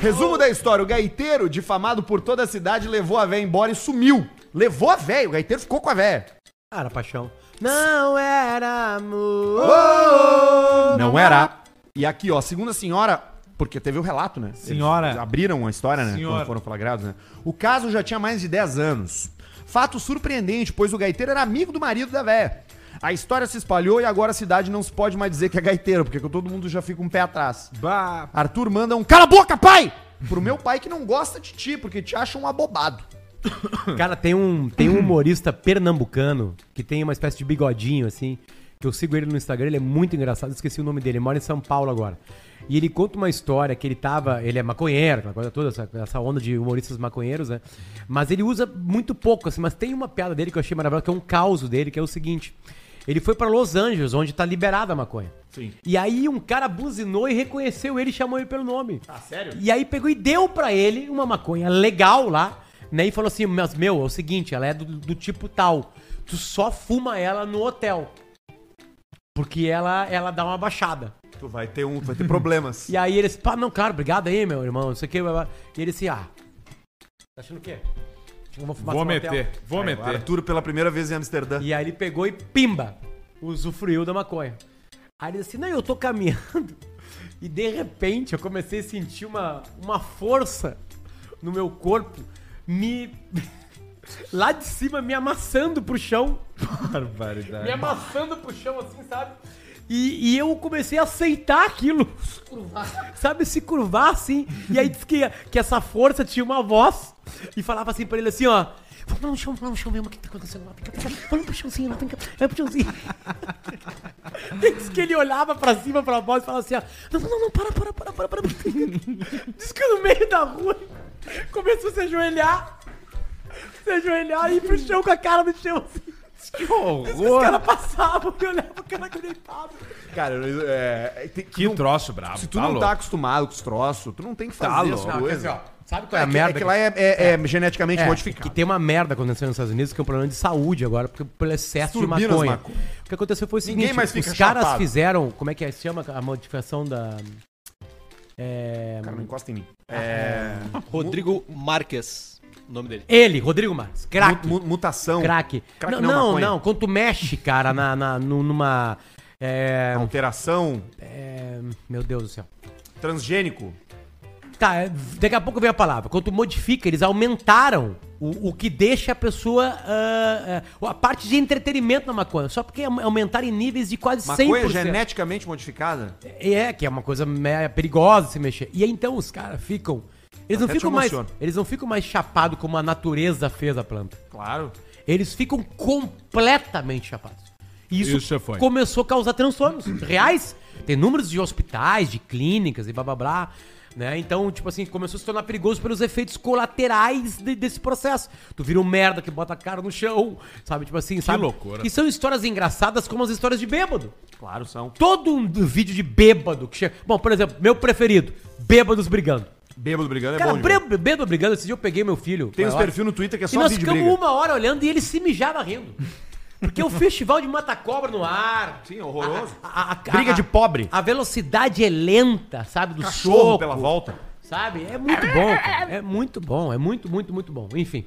S1: Resumo da história: o gaiteiro, difamado por toda a cidade, levou a véia embora e sumiu. Levou a véia, o gaiteiro ficou com a véia.
S3: Cara, paixão. Não era amor.
S1: Não era. E aqui, ó, segundo a senhora, porque teve o relato, né? Eles
S2: Senhora.
S1: abriram a história, né?
S2: Senhora.
S1: Quando foram flagrados, né? O caso já tinha mais de 10 anos. Fato surpreendente, pois o gaiteiro era amigo do marido da véia. A história se espalhou e agora a cidade não se pode mais dizer que é gaiteiro, porque todo mundo já fica um pé atrás.
S2: Bah.
S1: Arthur manda um cala a boca, pai! Pro meu pai que não gosta de ti, porque te acha um abobado.
S3: Cara, tem um, tem um humorista pernambucano que tem uma espécie de bigodinho, assim, que eu sigo ele no Instagram, ele é muito engraçado, esqueci o nome dele, ele mora em São Paulo agora. E ele conta uma história que ele tava. Ele é maconheiro, aquela coisa toda, essa, essa onda de humoristas maconheiros, né? Mas ele usa muito pouco, assim, mas tem uma piada dele que eu achei maravilhosa, que é um caos dele, que é o seguinte. Ele foi pra Los Angeles, onde tá liberada a maconha. Sim. E aí um cara buzinou e reconheceu ele e chamou ele pelo nome. Ah, sério? E aí pegou e deu pra ele uma maconha legal lá, né? E falou assim, mas meu, é o seguinte, ela é do, do tipo tal. Tu só fuma ela no hotel. Porque ela, ela dá uma baixada.
S1: Tu vai ter um, tu vai ter problemas.
S3: E aí eles, pá, não, claro, obrigado aí, meu irmão, não sei o que. blá, blá. E ele assim, ah. Tá achando o quê? Acho que eu vou fumar
S2: Vou
S3: só no hotel.
S2: meter, vou
S1: Aí, o
S2: meter.
S1: Arthur pela primeira vez em Amsterdã.
S3: E aí ele pegou e pimba, usufruiu da maconha. Aí ele disse, assim, não, eu tô caminhando. E de repente eu comecei a sentir uma, uma força no meu corpo me. lá de cima me amassando pro chão. Me
S2: Barbaridade.
S3: amassando pro chão assim, sabe? E, e eu comecei a aceitar aquilo. Sabe, se curvar assim. E aí diz que, que essa força tinha uma voz e falava assim pra ele assim, ó. Vamos lá no chão, vamos lá no chão, vamos o que tá acontecendo lá. Fica, fica, vamos pro chãozinho lá, fica, vai pro chãozinho. Diz que ele olhava pra cima, pra voz e falava assim, ó. Não, não, não, para, para, para, para, para. Diz que no meio da rua começou a se ajoelhar. Se ajoelhar e ir pro chão com a cara no chão assim.
S2: Que
S3: Os
S2: horror.
S3: caras passavam e olhavam o cara que deitado.
S1: Cara, eu- é, tem-
S2: Que troço
S3: Ah,
S2: brabo.
S1: Se tu não tá acostumado com os troços, tu não tem
S3: Tá
S1: que fazer as
S2: louco.
S1: coisas.
S3: Sabe
S1: É,
S3: qual é a
S1: que-
S3: merda?
S1: é que lá é, é- é geneticamente
S3: É,
S1: modificado.
S3: Que tem uma merda acontecendo nos Estados Unidos, que é um problema de saúde agora, porque, pelo excesso de
S1: Turbinas
S3: maconha.
S1: maconha.
S3: O que aconteceu foi o seguinte:
S1: Ninguém mais fica
S3: os caras
S1: chapado.
S3: fizeram. Como é que é? Se chama a modificação da. É,
S1: Cara, não encosta em mim. É,
S4: Rodrigo Marques, o nome dele.
S3: ele, Rodrigo Marques, craque.
S1: mu- mu- mutação.
S3: Craque.
S1: Craque
S3: Não,
S1: não, é
S3: não, não,
S1: maconha.
S3: Quando tu mexe, cara, na, na- nu- numa. É,
S1: Alteração.
S3: é, meu Deus do céu.
S1: Transgênico.
S3: Tá, é, daqui a pouco vem a palavra. Quando tu modifica, eles aumentaram o, o que deixa a pessoa. ah, ah, a parte de entretenimento na maconha. Só porque am- aumentaram em níveis de quase 100%.
S1: Maconha é geneticamente modificada.
S3: É, que é uma coisa me- perigosa se mexer. E aí, então os caras ficam. Eles não
S1: Até te
S3: ficam, mais,
S1: emociono.
S3: eles não ficam mais chapados como a natureza fez a planta.
S1: Claro.
S3: Eles ficam completamente chapados. E isso,
S2: Isso foi.
S3: começou a causar transtornos reais. Tem números de hospitais, de clínicas e blá blá blá. Né? Então, tipo assim, começou a se tornar perigoso pelos efeitos colaterais de- desse processo. Tu vira um merda que bota a cara no chão, sabe? Tipo assim, sabe?
S2: loucura.
S3: Que são histórias engraçadas como as histórias de bêbado.
S1: Claro, são.
S3: Todo um vídeo de bêbado que chega. Bom, por exemplo, meu preferido: bêbados brigando.
S1: Bêbado brigando é
S3: Cara,
S1: bom. de ver.
S3: bê- bêbado brigando, esse dia eu peguei meu filho.
S1: Tem uns
S3: maior.
S1: perfis no Twitter que é
S3: E
S1: só
S3: nós
S1: vídeo
S3: ficamos
S1: briga.
S3: uma hora olhando e ele se mijava rindo. Porque o festival de mata-cobra no ar.
S1: Sim, horroroso.
S3: A- a- a-
S1: Briga
S3: Ah,
S1: de pobre.
S3: A velocidade é lenta, sabe? Do
S1: Cachorro
S3: soco,
S1: pela volta.
S3: Sabe? É muito bom. cara. É muito bom. É muito, muito, muito bom. Enfim.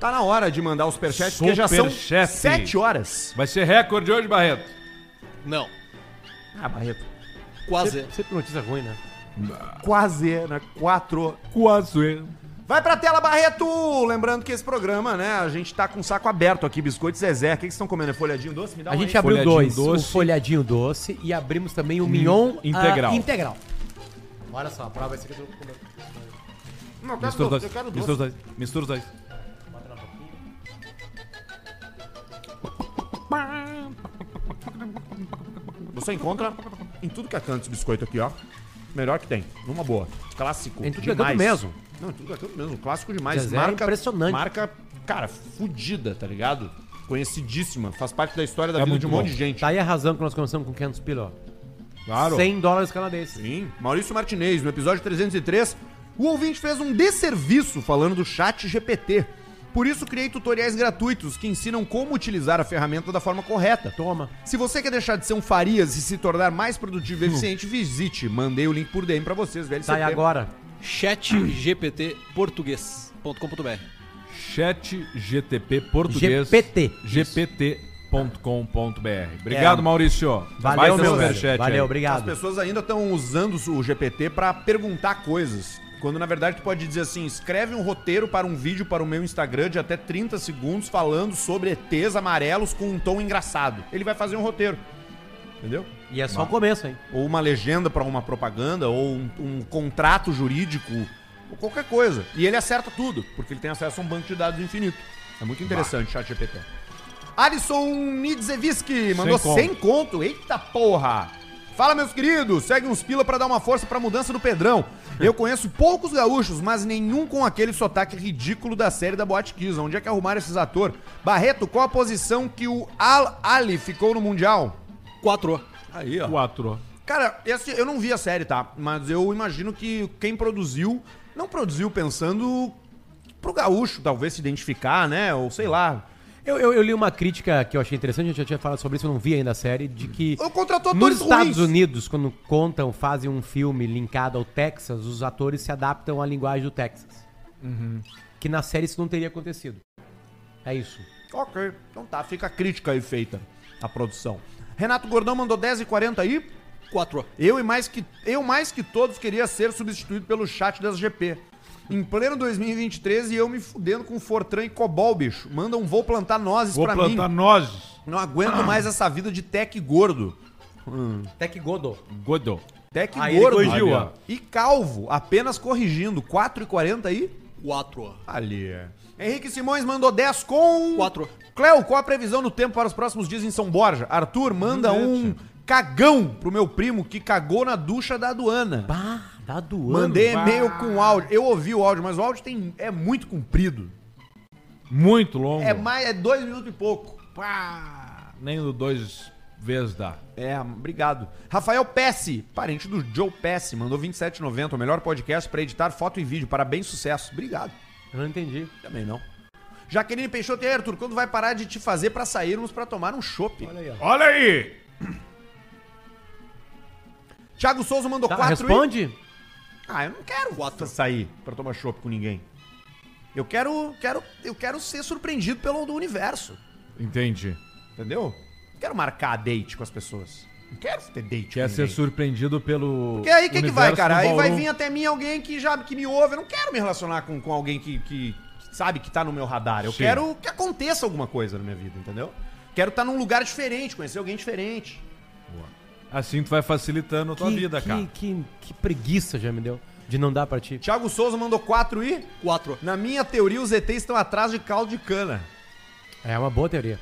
S1: Tá na hora de mandar os superchats, porque já são
S2: Superchat.
S1: 7 horas.
S2: Vai ser recorde hoje, Barreto.
S4: Não.
S1: Ah, Barreto.
S4: Quase.
S3: Sempre notícia ruim, né?
S1: Quase, né? 4
S2: Quase.
S1: Vai pra tela, Barreto! Lembrando que esse programa, né? A gente tá com o saco aberto aqui, Biscoito Zezé. O que que vocês estão comendo? É folhadinho doce? Me dá
S3: A
S1: um
S3: gente
S1: aí.
S3: abriu
S2: Folhadinho
S3: dois. O
S2: doce.
S3: folhadinho doce e abrimos também o mignon ah,
S2: integral.
S3: integral. Olha só, prova esse aqui eu tô comendo.
S1: Não, eu quero
S2: Mistura os
S1: doce,
S2: dois.
S1: eu quero
S2: Mistura os
S1: doce.
S2: dois. Mistura os dois.
S1: Você encontra em tudo que é canto esse biscoito aqui, ó. Melhor que tem. Numa boa. Clássico.
S3: Em tudo que é canto mesmo.
S1: Não, em tudo que é canto mesmo. Clássico demais.
S3: Zezé é impressionante.
S1: Marca, cara, fudida, tá ligado? Conhecidíssima. Faz parte da história da
S2: É
S1: vida
S2: muito
S1: de um
S2: bom.
S1: monte de gente.
S3: Tá aí a razão que nós começamos com 500 pila, ó.
S2: Claro.
S3: 100 dólares canadenses.
S1: Sim. Maurício Martinez, no episódio 303, o ouvinte fez um desserviço falando do chat GPT. Por isso, criei tutoriais gratuitos que ensinam como utilizar a ferramenta da forma correta.
S3: Toma.
S1: Se você quer deixar de ser um Farias e se tornar mais produtivo e eficiente, visite. Mandei o link por DM pra vocês, velho.
S3: Hum. Tá aí agora.
S4: chatgptportuguês.com.br
S2: Chat GTP português.
S3: GPT.
S2: GPT.com.br. Obrigado, Maurício.
S3: É. Valeu,
S2: Baita
S3: meu
S2: superchat
S3: velho.
S2: aí.
S3: Valeu,
S1: As
S3: obrigado.
S1: pessoas ainda estão usando o GPT pra perguntar coisas. Quando na verdade tu pode dizer assim: escreve um roteiro para um vídeo para o meu Instagram de até 30 segundos falando sobre ETs amarelos com um tom engraçado. Ele vai fazer um roteiro. Entendeu?
S3: E é só o começo, hein?
S1: Ou uma legenda pra uma propaganda, ou um, um contrato jurídico, ou qualquer coisa. E ele acerta tudo, porque ele tem acesso a um banco de dados infinito. É muito interessante o chat GPT. Alisson Nidzewski mandou
S2: Sem
S1: 100
S2: conto.
S1: conto. Eita porra! Fala, meus queridos. Segue uns pila pra dar uma força pra mudança do Pedrão. Eu conheço poucos gaúchos, mas nenhum com aquele sotaque ridículo da série da Boate Kiss. Onde é que arrumaram esses atores? Barreto, qual a posição que o Al Ali ficou no Mundial?
S4: 4.
S1: Aí, ó.
S2: Quatro.
S1: Cara, esse- eu não vi a série, tá? Mas eu imagino que quem produziu, não produziu pensando pro gaúcho, talvez, se identificar, né? Ou sei lá.
S3: Eu, eu- eu li uma crítica que eu achei interessante, eu já tinha falado sobre isso, eu não vi ainda a série, de que
S1: Ou contratou
S3: nos
S1: atores
S3: Estados
S1: ruins.
S3: Unidos, quando contam, fazem um filme linkado ao Texas, os atores se adaptam à linguagem do Texas. Que na série isso não teria acontecido. É isso.
S1: Ok, então tá, fica a crítica aí feita à produção. Renato Gordão mandou 10h40 aí.
S4: 4.
S1: Eu e mais que eu mais que todos queria ser substituído pelo chat das GP. Em pleno 2023 e eu me fudendo com Fortran e Cobol, bicho. Manda um vou plantar nozes
S2: Vou
S1: pra
S2: plantar
S1: mim.
S2: nozes.
S1: Não aguento mais essa vida de tech gordo.
S3: Tech Godot.
S2: Godô.
S1: Tec
S3: Aí ele
S1: gordo.
S2: corrigiu,
S1: Ali,
S2: ó.
S1: ó. E calvo, apenas corrigindo. 4,40 aí?
S4: 4.
S1: Ali. Henrique Simões mandou 10 com.
S4: Quatro.
S1: Cléo, qual a previsão do tempo para os próximos dias em São Borja? Arthur, manda um cagão pro meu primo que cagou na ducha da aduana.
S3: Bah, tá doando.
S1: Mandei e-mail com áudio. Eu ouvi o áudio, mas o áudio tem, é muito comprido.
S2: Muito longo.
S1: É mais é dois minutos e pouco.
S2: Pá. Nem do dois vezes dá.
S1: É, obrigado. Rafael Pesce, parente do Joe Pesce, mandou 27,90, o melhor podcast para editar foto e vídeo. Parabéns, sucesso. Obrigado.
S3: Eu não entendi.
S1: Também não. Jaqueline Peixoto e aí, Arthur, quando vai parar de te fazer pra sairmos pra tomar um chopp?
S3: É.
S2: Olha aí.
S1: Thiago Souza mandou
S3: Tá,
S1: quatro. e-
S3: responde?
S1: Ah, eu não quero quatro. sair pra tomar chopp com ninguém. Eu quero, quero, eu quero ser surpreendido pelo do universo,
S2: Entendi.
S1: entendeu? Não quero marcar date com as pessoas. Não quero ter date
S2: Quer
S1: com
S2: ser
S1: ninguém.
S2: surpreendido pelo.
S1: Porque aí o que, que vai,
S2: universo
S1: cara?
S2: do
S1: Aí vai
S2: Bauru.
S1: vir até mim alguém que já que me ouve. Eu não quero me relacionar com, com alguém que, que sabe que tá no meu radar. Eu
S2: Sim.
S1: quero que aconteça alguma coisa na minha vida, entendeu? Quero estar num lugar diferente, conhecer alguém diferente.
S2: Assim tu vai facilitando a tua
S3: que,
S2: vida,
S3: que,
S2: cara.
S3: Que, que preguiça já me deu de não dar pra ti.
S1: Thiago Souza mandou 4 e.
S4: 4.
S1: Na minha teoria, os ETs estão atrás de caldo de cana.
S3: É uma boa teoria.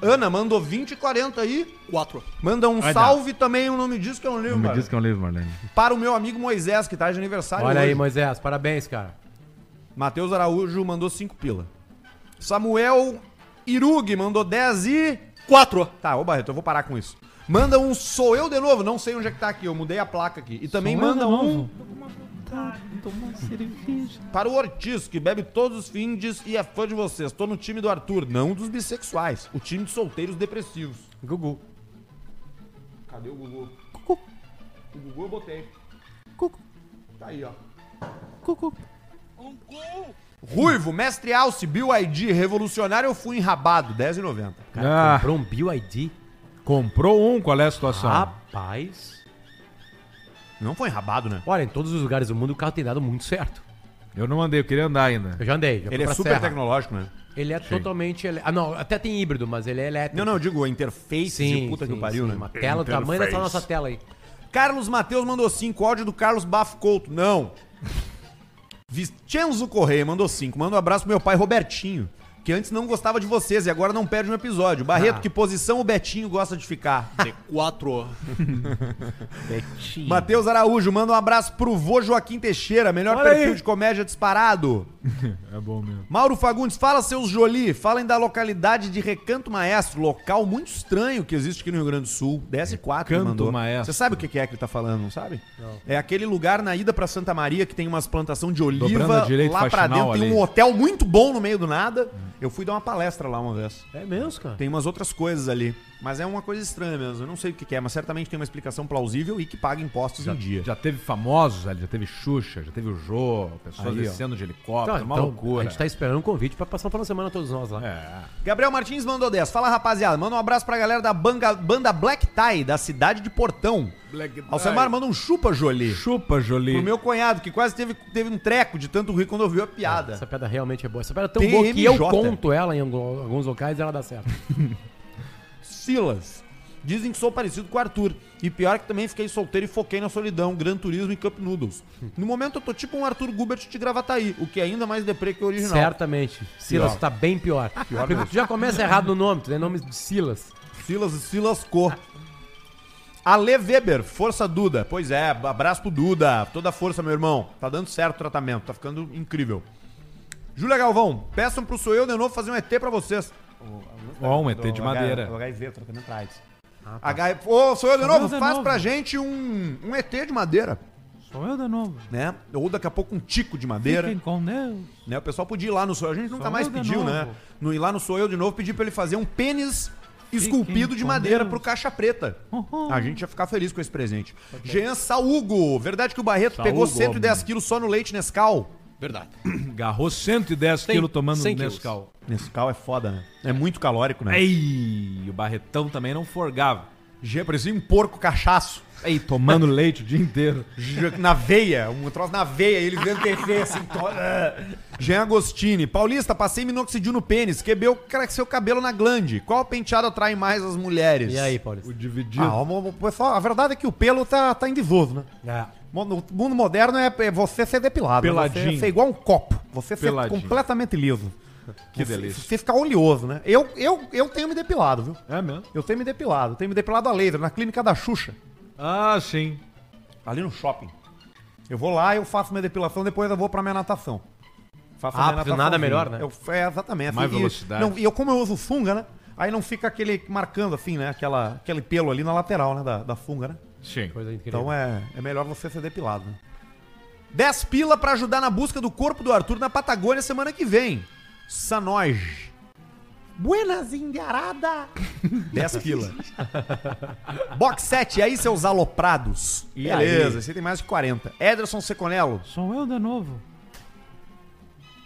S1: Ana mandou 20 e 40 aí.
S4: Quatro.
S1: Manda um
S2: Vai dar.
S1: salve também, o nome disso que eu não lembro.
S2: Não me
S1: cara.
S2: diz que é um livro, Marlene.
S1: Para o meu amigo Moisés, que tá de aniversário.
S3: Olha aí,
S1: hoje.
S3: Moisés, parabéns, cara.
S1: Matheus Araújo mandou 5 pila. Samuel Irug mandou 10 e.
S4: Quatro.
S1: Tá, ô Barreto, eu vou parar com isso. Manda um Sou Eu de novo, não sei onde é que tá aqui, eu mudei a placa aqui. E também manda um para o Ortiz, que bebe todos os findes e é fã de vocês. Tô no time do Arthur, não dos bissexuais, o time de solteiros depressivos.
S3: Gugu.
S1: Cadê o Gugu? O Gugu eu botei. Tá aí, ó. Ruivo, mestre Alce, Bill ID, revolucionário, eu fui enrabado, 10,90.
S3: Cara,
S2: Ah.
S3: comprou um Bill ID?
S2: Comprou um, qual é a situação?
S1: Ah.
S3: Rapaz.
S1: Não foi enrabado, né?
S3: Olha, em todos os lugares do mundo o carro tem dado muito certo.
S2: Eu não andei, eu queria andar ainda.
S3: Eu já andei, já fui
S1: Ele é
S3: pra
S1: super
S3: serra.
S1: tecnológico, né?
S3: Ele é totalmente. ele- Ah, não, até tem híbrido, mas ele é elétrico.
S1: Não, não, eu digo, a interface
S3: Sim,
S1: de puta
S3: sim,
S1: que pariu,
S3: sim,
S1: né?
S3: Uma tela do tamanho dessa nossa tela aí.
S1: Carlos Matheus mandou 5, áudio do Carlos Bafo Couto. Não. Vicenzo Correia mandou 5. Manda um abraço pro meu pai Robertinho, que antes não gostava de vocês e agora não perde um episódio. Barreto,
S3: Ah.
S1: que posição o Betinho gosta de ficar?
S4: De quatro.
S1: Matheus Araújo manda um abraço pro vô Joaquim Teixeira, melhor
S2: Olha
S1: perfil
S2: aí.
S1: de comédia disparado.
S2: É bom mesmo.
S1: Mauro Fagundes, fala seus Jolie, falem da localidade de Recanto Maestro, local muito estranho que existe aqui no Rio Grande do Sul. DS4 ele
S2: Recanto
S1: mandou.
S2: Maestro.
S1: Você sabe o que que é que ele tá falando, não sabe? É aquele lugar na ida pra Santa Maria que tem umas plantação de
S2: Dobrando
S1: oliva,
S2: à direita,
S1: lá pra
S2: faxinal
S1: dentro tem
S2: ali.
S1: um hotel muito bom no meio do nada. Eu fui dar uma palestra lá uma vez.
S3: É mesmo, cara?
S1: Tem umas outras coisas ali, mas é uma coisa estranha mesmo. Eu não sei o que que é, mas certamente tem uma explicação plausível e que paga impostos
S2: Já,
S1: em dia.
S2: já teve famosos ali, já teve Xuxa, já teve o Jô, pessoas
S1: Aí, ó.
S2: descendo de helicóptero,
S3: Cara,
S2: uma
S3: então,
S2: loucura.
S3: A gente tá esperando um convite pra passar um final de semana todos nós lá.
S2: É.
S1: Gabriel Martins mandou 10. Fala, rapaziada. Manda um abraço pra galera da banga- banda Black Tie, da cidade de Portão.
S2: Black
S1: Alcemar manda um chupa, Jolie.
S2: Chupa, Jolie.
S1: Pro meu cunhado, que quase teve, teve um treco de tanto rir quando ouviu a piada.
S3: Essa pedra realmente é boa. Essa pedra é tão boa que eu
S1: TMJ.
S3: conto ela em algum- alguns locais e ela dá certo.
S1: Silas. Dizem que sou parecido com o Arthur. E pior que também fiquei solteiro e foquei na solidão, Gran Turismo e Cup Noodles. No momento eu tô tipo um Arthur Gubert de Gravataí, o que é ainda mais deprê que o original.
S3: Certamente. Silas tá bem pior. Porque tu já começa errado no nome, tu tem nome de Silas.
S1: Silas se lascou. Ale Weber, força Duda. Pois é, abraço pro Duda. Toda força, meu irmão. Tá dando certo o tratamento, tá ficando incrível. Júlia Galvão, peçam pro Sou Eu de novo fazer um ET pra vocês.
S2: Ó, um ET de madeira.
S1: HIV, tratamento pra AIDS. Ah, tá. H- Ô, Sou Eu de novo, faz pra gente um, um ET de madeira,
S2: Sou eu de novo.
S1: né? Ou daqui a pouco um tico de madeira.
S2: com Deus.
S1: Né? O pessoal podia ir lá no Sou Eu. A gente nunca
S2: Sou
S1: mais
S2: eu de
S1: pediu,
S2: novo.
S1: né? No ir lá no Sou Eu de novo, pedir pra ele fazer um pênis esculpido de
S2: com
S1: madeira
S2: Deus.
S1: pro Caixa Preta.
S2: Uhum.
S1: A gente ia ficar feliz com esse presente. Jean Saúgo. Verdade que o Barreto pegou 110 quilos só no leite Nescau.
S4: Verdade.
S2: Agarrou 110 quilos tomando
S4: 100 quilos.
S2: Nescau.
S1: Nescau é foda, né? É muito calórico, né?
S2: Ei, o Barretão também não forgava.
S1: Jean parecia um porco cachaço.
S2: Ei, tomando leite o dia inteiro.
S1: Jean- Na veia, um troço na veia, ele vendo TV assim. to- Ah. Jean Agostini. Paulista, passei minoxidil no pênis, quebrou cra- seu cabelo na glande. Qual penteado atrai mais as mulheres?
S3: E aí, Paulista?
S2: O dividido.
S1: Ah, o- o- pessoal, a verdade é que o pelo tá, tá em desuso, né?
S3: É.
S1: Mo- No mundo moderno é é você ser depilado. né?
S2: Peladinho.
S1: Você ser igual um copo. Você ser
S2: Peladinho.
S1: completamente liso.
S2: Que
S1: Você-
S2: delícia.
S1: Você ficar oleoso, né? Eu, eu, eu tenho me depilado, viu?
S2: É mesmo?
S1: Eu tenho me depilado. Eu tenho me depilado a laser, na clínica da Xuxa.
S2: Ah, sim.
S1: Ali no shopping. Eu vou lá, eu faço minha depilação, depois eu vou pra minha natação. Faço
S3: Ah, porque nada melhor, né?
S1: Eu, é, exatamente.
S2: Mais
S1: E-
S2: velocidade.
S1: não, E eu, como eu uso funga, né? Aí não fica aquele marcando assim, né? Aquela, aquele pelo ali na lateral, né? Da, da funga, né?
S2: Sim.
S3: Coisa incrível.
S1: Então é, é melhor você ser depilado. Né? 10 pila pra ajudar na busca do corpo do Arthur na Patagônia semana que vem. Sanoj. Buenas Indiarada. 10 pila. Box 7, e aí seus aloprados.
S2: E
S1: Beleza, você tem mais de 40. Ederson Seconello.
S2: Sou eu de novo.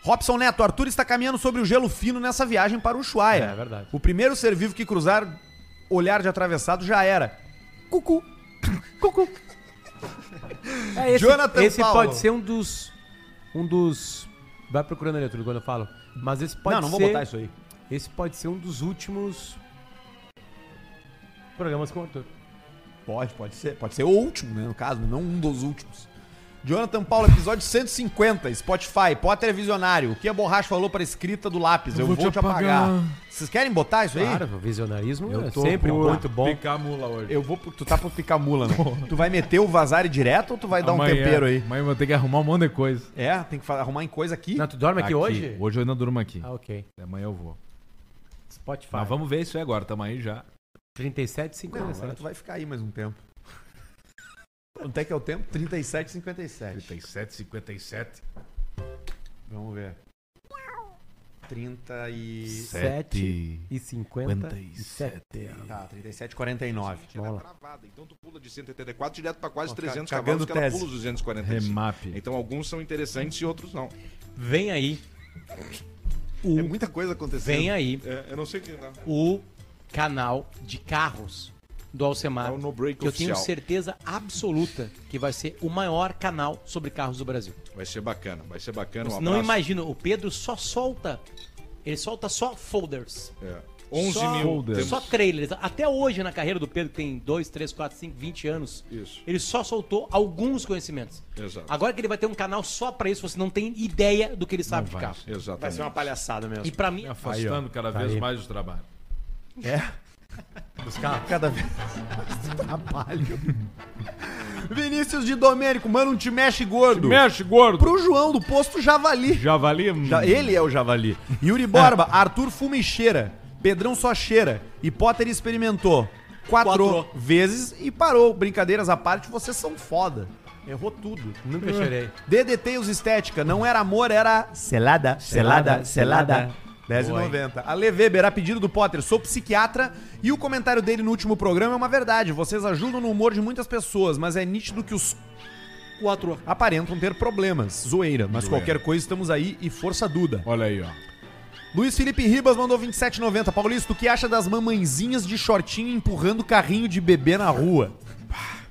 S1: Robson Neto, Arthur está caminhando sobre o gelo fino nessa viagem para Ushuaia.
S3: É verdade.
S1: O primeiro ser vivo que cruzar olhar de atravessado já era. Cucu. Cucu.
S3: É, esse,
S1: Jonathan
S3: esse
S1: Paulo.
S3: pode ser um dos. Um dos. Vai procurando ali tudo quando eu falo. Mas esse pode
S1: não, não
S3: ser.
S1: vou botar isso aí.
S3: Esse pode ser um dos últimos. Programas com o Arthur.
S1: Pode, pode ser. Pode ser o último, né? No caso, não um dos últimos.
S6: Jonathan Paulo, episódio 150, Spotify, Potter é visionário. O que a borracha falou pra escrita do lápis? Eu, vou, te apagar. Vocês querem botar isso aí?
S3: Claro, o visionarismo é sempre
S2: por
S3: muito bom.
S2: Picar mula hoje.
S6: Eu vou. pro- Tu tá pra picar mula, né? tu vai meter o vazare direto ou tu vai dar um tempero aí?
S2: Amanhã eu vou ter que arrumar um monte de coisa.
S6: É, tem que fa- arrumar em coisa aqui.
S3: Não, tu dorme aqui, hoje?
S2: Hoje eu não durmo aqui.
S3: Ah, ok.
S2: Amanhã eu vou.
S3: Spotify.
S2: Mas vamos ver isso aí agora, tamo aí já.
S3: 37,
S6: Não, agora
S3: 57.
S6: tu vai ficar aí mais um tempo. Quanto é que é o tempo? 37, 57.
S2: 37, 57.
S6: Vamos ver. 30 e.
S3: Sete e
S2: 57.
S3: 57.
S6: Tá, 37, 49.
S3: Bola.
S5: travada. Então tu pula de 184 direto para quase 300
S6: cagando
S5: cavalos, que ela
S6: tese.
S5: pula os 245.
S2: Remap.
S5: Então alguns são interessantes e outros não.
S3: Vem aí,
S5: É muita coisa acontecendo.
S7: Vem aí
S5: É, eu não sei o que não.
S7: o canal de carros do Alcemar.
S5: É o No Break
S7: que eu tenho
S5: oficial.
S7: certeza absoluta que vai ser o maior canal sobre carros do Brasil.
S5: Vai ser bacana, vai ser bacana. Um
S7: Você não
S5: abraço.
S7: imagina, o Pedro só solta. Ele solta só folders.
S5: É. 11
S7: só,
S5: mil. Temos...
S7: Só trailers. Até hoje na carreira do Pedro, que tem 2, 3, 4, 5, 20 anos,
S5: Isso.
S7: ele só soltou alguns conhecimentos.
S5: Exato.
S7: Agora que ele vai ter um canal só pra isso, você não tem ideia do que ele
S2: Então
S7: sabe de carro.
S5: Exatamente.
S4: palhaçada mesmo.
S7: E pra mim,
S2: Afastando cada vez mais os trabalhos.
S6: É. Cada vez mais trabalho. Vinícius de Domênico, mano, um te mexe gordo.
S2: Mexe, gordo.
S6: Pro João do posto Javali.
S2: Javali.
S6: Ja- Ele é o Javali. Yuri Borba, Arthur fuma e cheira. Pedrão só cheira. E Potter experimentou quatro,
S8: Quatro.
S6: vezes e parou. Brincadeiras à parte, vocês são foda. Errou tudo.
S3: Nunca chorei.
S6: DDT os Estética, não era amor, era selada, selada, selada.
S3: selada.
S6: 10,90. A Le Weber, a pedido do Potter, sou psiquiatra e o comentário dele no último programa é uma verdade. Vocês ajudam no humor de muitas pessoas, mas é nítido que os
S8: Quatro.
S6: aparentam ter problemas. Zoeira, mas qualquer coisa estamos aí e força Duda.
S2: Olha aí, ó.
S6: Luiz Felipe Ribas mandou 27,90. Paulista, o que acha das mamãezinhas de shortinho empurrando carrinho de bebê na rua?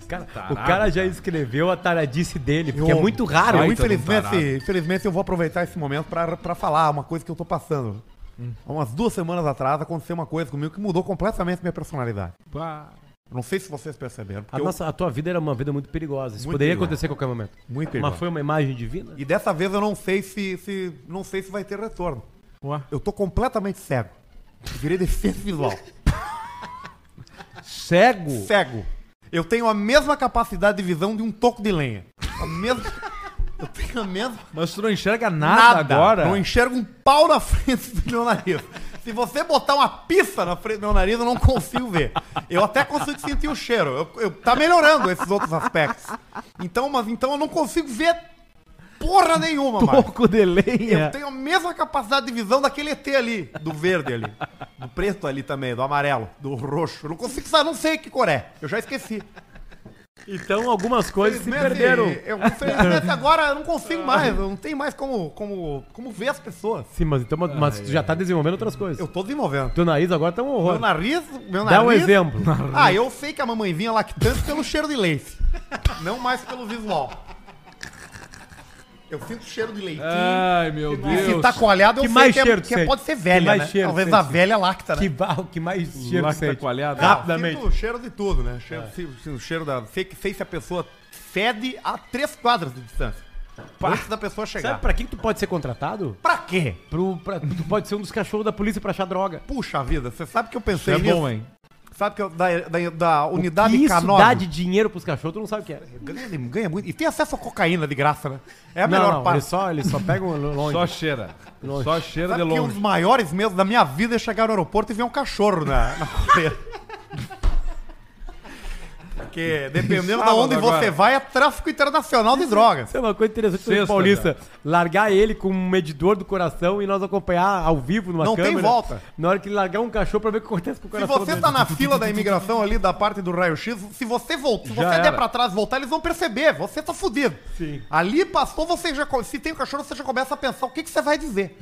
S3: Cara, o
S2: tá
S3: cara já escreveu a taradice dele, porque é muito raro.
S2: Ai,
S1: Eu,
S2: então
S1: infelizmente,
S2: não tá
S1: infelizmente, eu vou aproveitar esse momento pra pra falar uma coisa que eu tô passando.
S3: Hum.
S1: Há umas duas semanas atrás aconteceu uma coisa comigo que mudou completamente minha personalidade.
S2: Pá.
S1: Eu Não sei se vocês perceberam, porque
S3: A,
S1: eu-
S3: Ah, nossa, a tua vida era uma vida muito perigosa. Isso
S1: Muito
S3: poderia
S1: perigosa.
S3: acontecer a qualquer momento.
S1: Muito
S3: Mas
S1: perigosa.
S3: foi uma imagem divina?
S1: E dessa vez eu não sei se, se- não sei se vai ter retorno.
S2: Ué.
S1: Eu tô completamente cego. Virei deficiente visual.
S2: Cego?
S1: cego. Eu tenho a mesma capacidade de visão de um toco de lenha. A mesma. Eu tenho a mesma
S2: Mas tu não enxerga nada, agora?
S1: Não enxergo um pau na frente do meu nariz. Se você botar uma pizza na frente do meu nariz, eu não consigo ver. Eu até consigo sentir o cheiro. Eu, eu- tá melhorando esses outros aspectos. Então, mas então eu não consigo ver porra nenhuma, mano.
S2: Pouco de
S1: Eu
S2: lenha.
S1: tenho a mesma capacidade de visão daquele ET ali, do verde ali, do preto ali também, do amarelo, do roxo. Eu não consigo saber, não sei que cor é. Eu já esqueci.
S3: Então algumas coisas se
S1: Infelizmente,
S3: perderam.
S1: Eu, infelizmente, agora eu não consigo mais. Eu não tenho mais como, como, como ver as pessoas.
S3: Sim, mas, então, mas tu já tá desenvolvendo outras coisas.
S1: Eu tô desenvolvendo.
S3: Teu nariz agora tá um horror.
S1: Meu nariz, meu nariz.
S3: Dá um exemplo.
S1: Ah, eu sei que a mamãezinha lactante pelo cheiro de leite. Não mais pelo visual. Eu sinto cheiro de leitinho.
S2: Ai, meu
S1: e
S2: Ah, Deus.
S1: se tá coalhado, eu
S3: Que mais
S1: que, é-
S3: cheiro tu
S1: que
S3: sente?
S1: pode ser
S3: Que
S1: velha,
S3: mais
S1: né?
S3: cheiro tu
S1: Talvez
S3: sente?
S1: a velha lacta, né?
S3: Que, barro, que mais cheiro
S2: Lacta
S3: que sente.
S2: coalhada.
S1: Ah,
S3: Rapidamente.
S1: sinto o cheiro de tudo, né? Cheiro, sinto- sinto o cheiro da... Sei, que- sei se a pessoa fede a três quadras de distância. Antes da pessoa chegar.
S3: Sabe pra quem tu pode ser contratado?
S1: é Pra quê?
S3: Pro, pra- tu pode ser um dos cachorros da polícia pra achar droga.
S1: Puxa vida, você sabe que eu
S2: Isso
S1: pensei
S2: é
S1: nisso?
S2: bom, hein?
S1: Sabe que eu, da, da, da unidade
S3: que isso
S1: canóbica.
S3: dá de dinheiro pros cachorros, tu não sabe o que é.
S1: Ganha, ganha muito. E tem acesso a cocaína de graça, né? É a
S3: não,
S1: melhor
S3: não,
S1: parte.
S3: Eles só, eles só pegam longe.
S2: Só cheira.
S3: Longe.
S2: Só cheira de
S1: Sabe que um dos
S2: longe.
S1: maiores medos da minha vida é chegar no aeroporto e ver um cachorro na, na coleira. Porque dependendo de
S2: Sábado
S1: onde você
S2: agora.
S1: vai, é tráfico internacional de drogas.
S3: Isso é uma coisa interessante do
S2: Sexta,
S3: Paulista. Largar ele com um medidor do coração e nós acompanhar ao vivo numa
S1: Não tem
S3: câmera.
S1: volta.
S3: Na hora que ele largar um cachorro pra ver o que acontece com o
S1: Se
S3: coração
S1: você
S3: dele.
S1: tá na fila da imigração ali, da parte do raio-x, se você voltar, se
S2: Já
S1: você
S2: era.
S1: der pra trás e voltar, eles vão perceber, você tá fudido.
S3: Sim.
S1: Ali passou, você já. co- Se tem um cachorro, você já começa a pensar o que, que você vai dizer.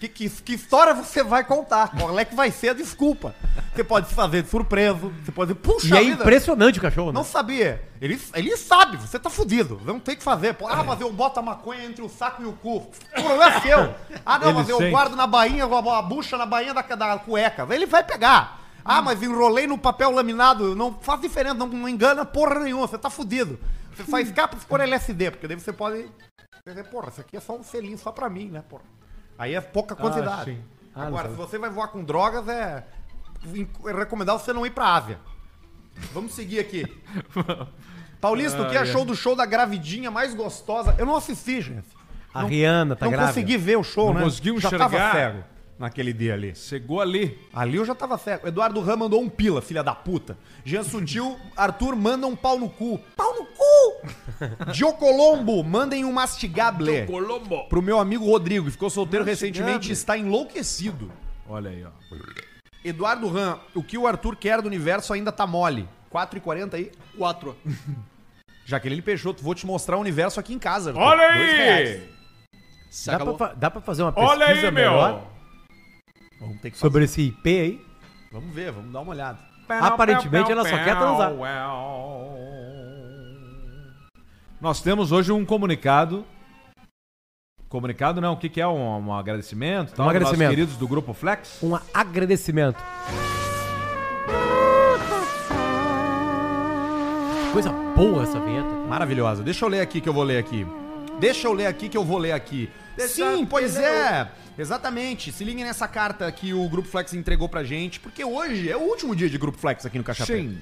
S1: Que, que, que história você vai contar? Qual é que vai ser a desculpa? Você pode se fazer de surpreso, você pode dizer, puxa
S3: E é
S1: vida,
S3: impressionante o cachorro, né?
S1: né? não sabia. Ele, ele sabe, você tá fudido. Não tem o que fazer. Pô,
S2: É.
S1: ah, mas eu boto a maconha entre o saco e o cu. O problema é seu. Ah, não,
S2: Ele
S1: mas eu
S2: sente.
S1: guardo na bainha, a, a bucha na bainha da, da cueca. Ele vai pegar.
S2: Hum.
S1: Ah, mas enrolei no papel laminado. Não faz diferença, não, não engana porra nenhuma. Você tá fudido.
S9: Você
S2: Hum.
S9: só escapa se for LSD, porque daí você pode dizer, porra, isso aqui é só um selinho só pra mim, né, porra? Aí é pouca quantidade.
S2: sim.
S3: Ah,
S9: Agora,
S3: não
S9: se
S3: sabe.
S9: você vai voar com drogas, é, é recomendável você não ir pra Ásia. Vamos seguir aqui. Paulista, o que achou do show da gravidinha mais gostosa? Eu não assisti, gente.
S3: A Rihanna tá
S9: não
S3: grávida.
S9: consegui ver o show,
S2: Não
S9: né?
S2: conseguiu
S9: já
S2: enxergar.
S9: tava cego naquele dia ali.
S2: Chegou ali.
S9: Ali eu já tava cego.
S1: Eduardo Ram mandou um pila, filha da puta. Jean Sutil, Arthur, manda um pau no cu. Pau no cu! Diocolombo, mandem um mastigable.
S2: Colombo.
S1: Pro meu amigo Rodrigo, que ficou solteiro recentemente e está enlouquecido.
S2: Olha aí, ó.
S1: Eduardo Ram, o que o Arthur quer do universo ainda tá mole. 4h40 aí.
S4: Quatro.
S1: Jaqueline Peixoto, vou te mostrar o universo aqui em casa. Arthur.
S2: Olha
S1: Dois reais.
S2: aí!
S4: Se
S1: tá
S3: Dá pra,
S4: acabou.
S3: fa- dá pra fazer uma pesquisa
S2: Olha aí,
S3: melhor
S2: meu!
S1: Vamos ter que fazer.
S3: sobre esse IP aí?
S1: Vamos ver, vamos dar uma olhada.
S3: Aparentemente, ela só quer transar.
S2: Nós temos hoje um comunicado. Comunicado não, o que, que é? Um, um agradecimento? Tal,
S3: Um
S2: dos nossos
S3: agradecimento.
S2: queridos do Grupo Flex.
S3: Um agradecimento. Coisa boa essa vinheta.
S1: Maravilhosa. Deixa eu ler aqui que eu vou ler aqui. Deixa eu ler aqui que eu vou ler aqui. Sim, pois é. Exatamente. Se liguem nessa carta que o Grupo Flex entregou pra gente, porque hoje é o último dia de Grupo Flex aqui no Caixa Sim.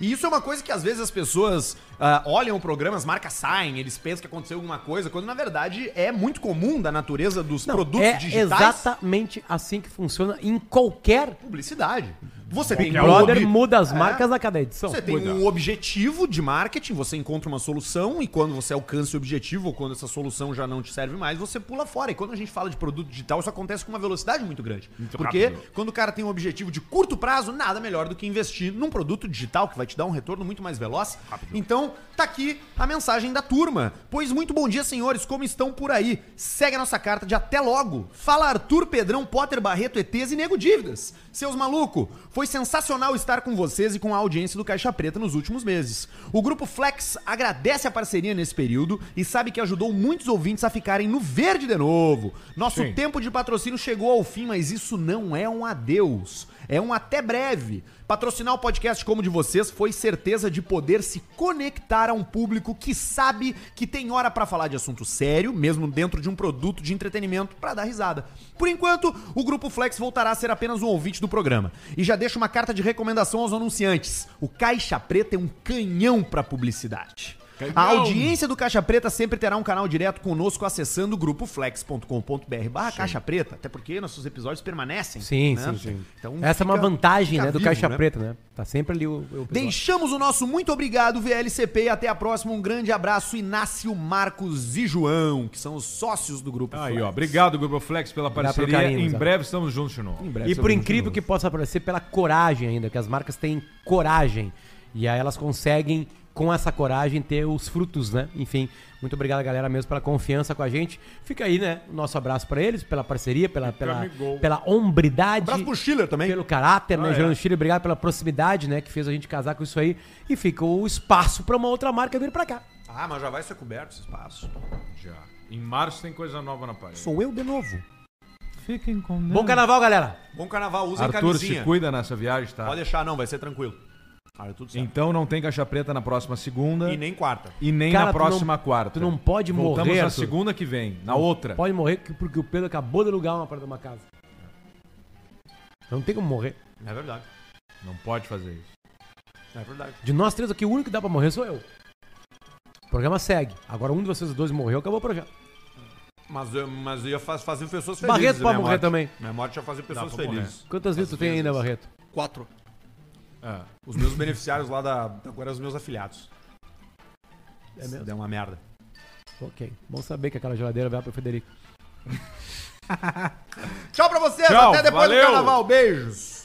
S1: E isso é uma coisa que às vezes as pessoas ah, olham o programa, as marcas saem, eles pensam que aconteceu alguma coisa, quando na verdade é muito comum da natureza dos produtos
S3: é
S1: digitais
S3: exatamente assim que funciona em qualquer
S1: publicidade. Você tem um
S3: brother
S1: lobby-
S3: muda as
S1: É.
S3: marcas a cada edição.
S1: Você tem um objetivo de marketing, você encontra uma solução e quando você alcança o objetivo ou quando essa solução já não te serve mais, você pula fora. E quando a gente fala de produto digital, isso acontece com uma velocidade muito grande. Porque quando o cara tem um objetivo de curto prazo, nada melhor do que investir num produto digital que vai te dar um retorno muito mais veloz. Então, tá aqui a mensagem da turma. Pois muito bom dia, senhores, como estão por aí? Segue a nossa carta de até logo. Fala Arthur Pedrão, Potter Barreto, ETs e Nego Dívidas. Seus maluco, foi sensacional estar com vocês e com a audiência do Caixa Preta nos últimos meses. O grupo Flex agradece a parceria nesse período e sabe que ajudou muitos ouvintes a ficarem no verde de novo. Nosso tempo de patrocínio chegou ao fim, mas isso não é um adeus. É um até breve. Patrocinar o podcast como o de vocês foi certeza de poder se conectar a um público que sabe que tem hora pra falar de assunto sério, mesmo dentro de um produto de entretenimento pra dar risada. Por enquanto, o grupo Flex voltará a ser apenas um ouvinte do programa. E já deixo uma carta de recomendação aos anunciantes. O Caixa Preta é um canhão pra publicidade. A audiência do Caixa Preta sempre terá um canal direto conosco acessando grupoflex.com.br barra Caixa Preta, até porque nossos episódios permanecem.
S3: Sim,
S1: né?
S3: sim, sim.
S1: Então,
S3: Essa é uma
S1: fica-
S3: vantagem
S1: fica
S3: né, do
S1: vivo,
S3: Caixa
S1: né?
S3: Preta, né? Tá sempre ali o. o episódio.
S1: Deixamos o nosso muito obrigado, VLCP, e até a próxima. Um grande abraço, Inácio, Marcos e João, que são os sócios do grupo.
S2: Aí,
S1: Flex.
S2: ó. Obrigado, Grupo Flex, pela
S3: Obrigado pelo
S2: parceria.
S3: carinho,
S2: em
S3: Zé.
S2: breve estamos juntos de novo.
S3: E por incrível que possa parecer, pela coragem ainda, que as marcas têm coragem. E aí elas conseguem, com essa coragem, ter os frutos, né? Enfim, muito obrigado, galera, mesmo pela confiança com a gente. Fica aí, né? O nosso abraço pra eles, pela parceria, pela, pela, pela hombridade.
S1: Abraço pro Schiller também.
S3: Pelo caráter, né, Gerando Chile? Obrigado pela proximidade, né? Que fez a gente casar com isso aí. E ficou o espaço pra uma outra marca vir pra cá.
S1: Ah, mas já vai ser coberto esse espaço.
S2: Já. Em março tem coisa nova na parede.
S1: Sou eu de novo.
S2: Fiquem com
S3: Bom carnaval, galera!
S1: Bom carnaval, usem
S2: Arthur, se
S1: camisinha.
S2: cuida nessa viagem, tá?
S1: Pode deixar, não, vai ser tranquilo. Ah, é tudo certo.
S2: Então não tem caixa preta na próxima segunda
S1: E
S2: e nem,
S1: nem quarta.
S3: Cara,
S2: na
S3: tu não-
S2: próxima quarta.
S3: tu não pode
S2: Voltamos
S3: morrer,
S2: na
S3: Arthur.
S2: segunda que vem, na outra.
S3: Pode morrer que- porque o Pedro acabou de alugar uma parada de uma casa. Não tem como morrer.
S1: É verdade.
S2: Não pode fazer isso.
S1: É verdade.
S3: De nós três aqui, o único que dá pra morrer sou eu. O programa segue. Agora um de vocês dois morreu, acabou o projeto.
S1: Mas eu, mas eu ia faz- fazer pessoas felizes.
S3: Barreto
S1: né,
S3: pode
S1: minha
S3: morrer
S1: morte.
S3: também.
S1: Minha morte ia fazer pessoas
S2: Dá pra morrer.
S1: felizes.
S3: Quantas vezes tu tem ainda, Barreto?
S4: Quatro.
S3: Ah.
S1: Os meus beneficiários lá da. Agora os meus afiliados. É mesmo? Deu uma merda.
S3: Ok. Bom saber que aquela geladeira vai pro Federico.
S1: Tchau pra vocês,
S2: Tchau,
S1: até depois
S2: valeu.
S1: do carnaval. Beijos.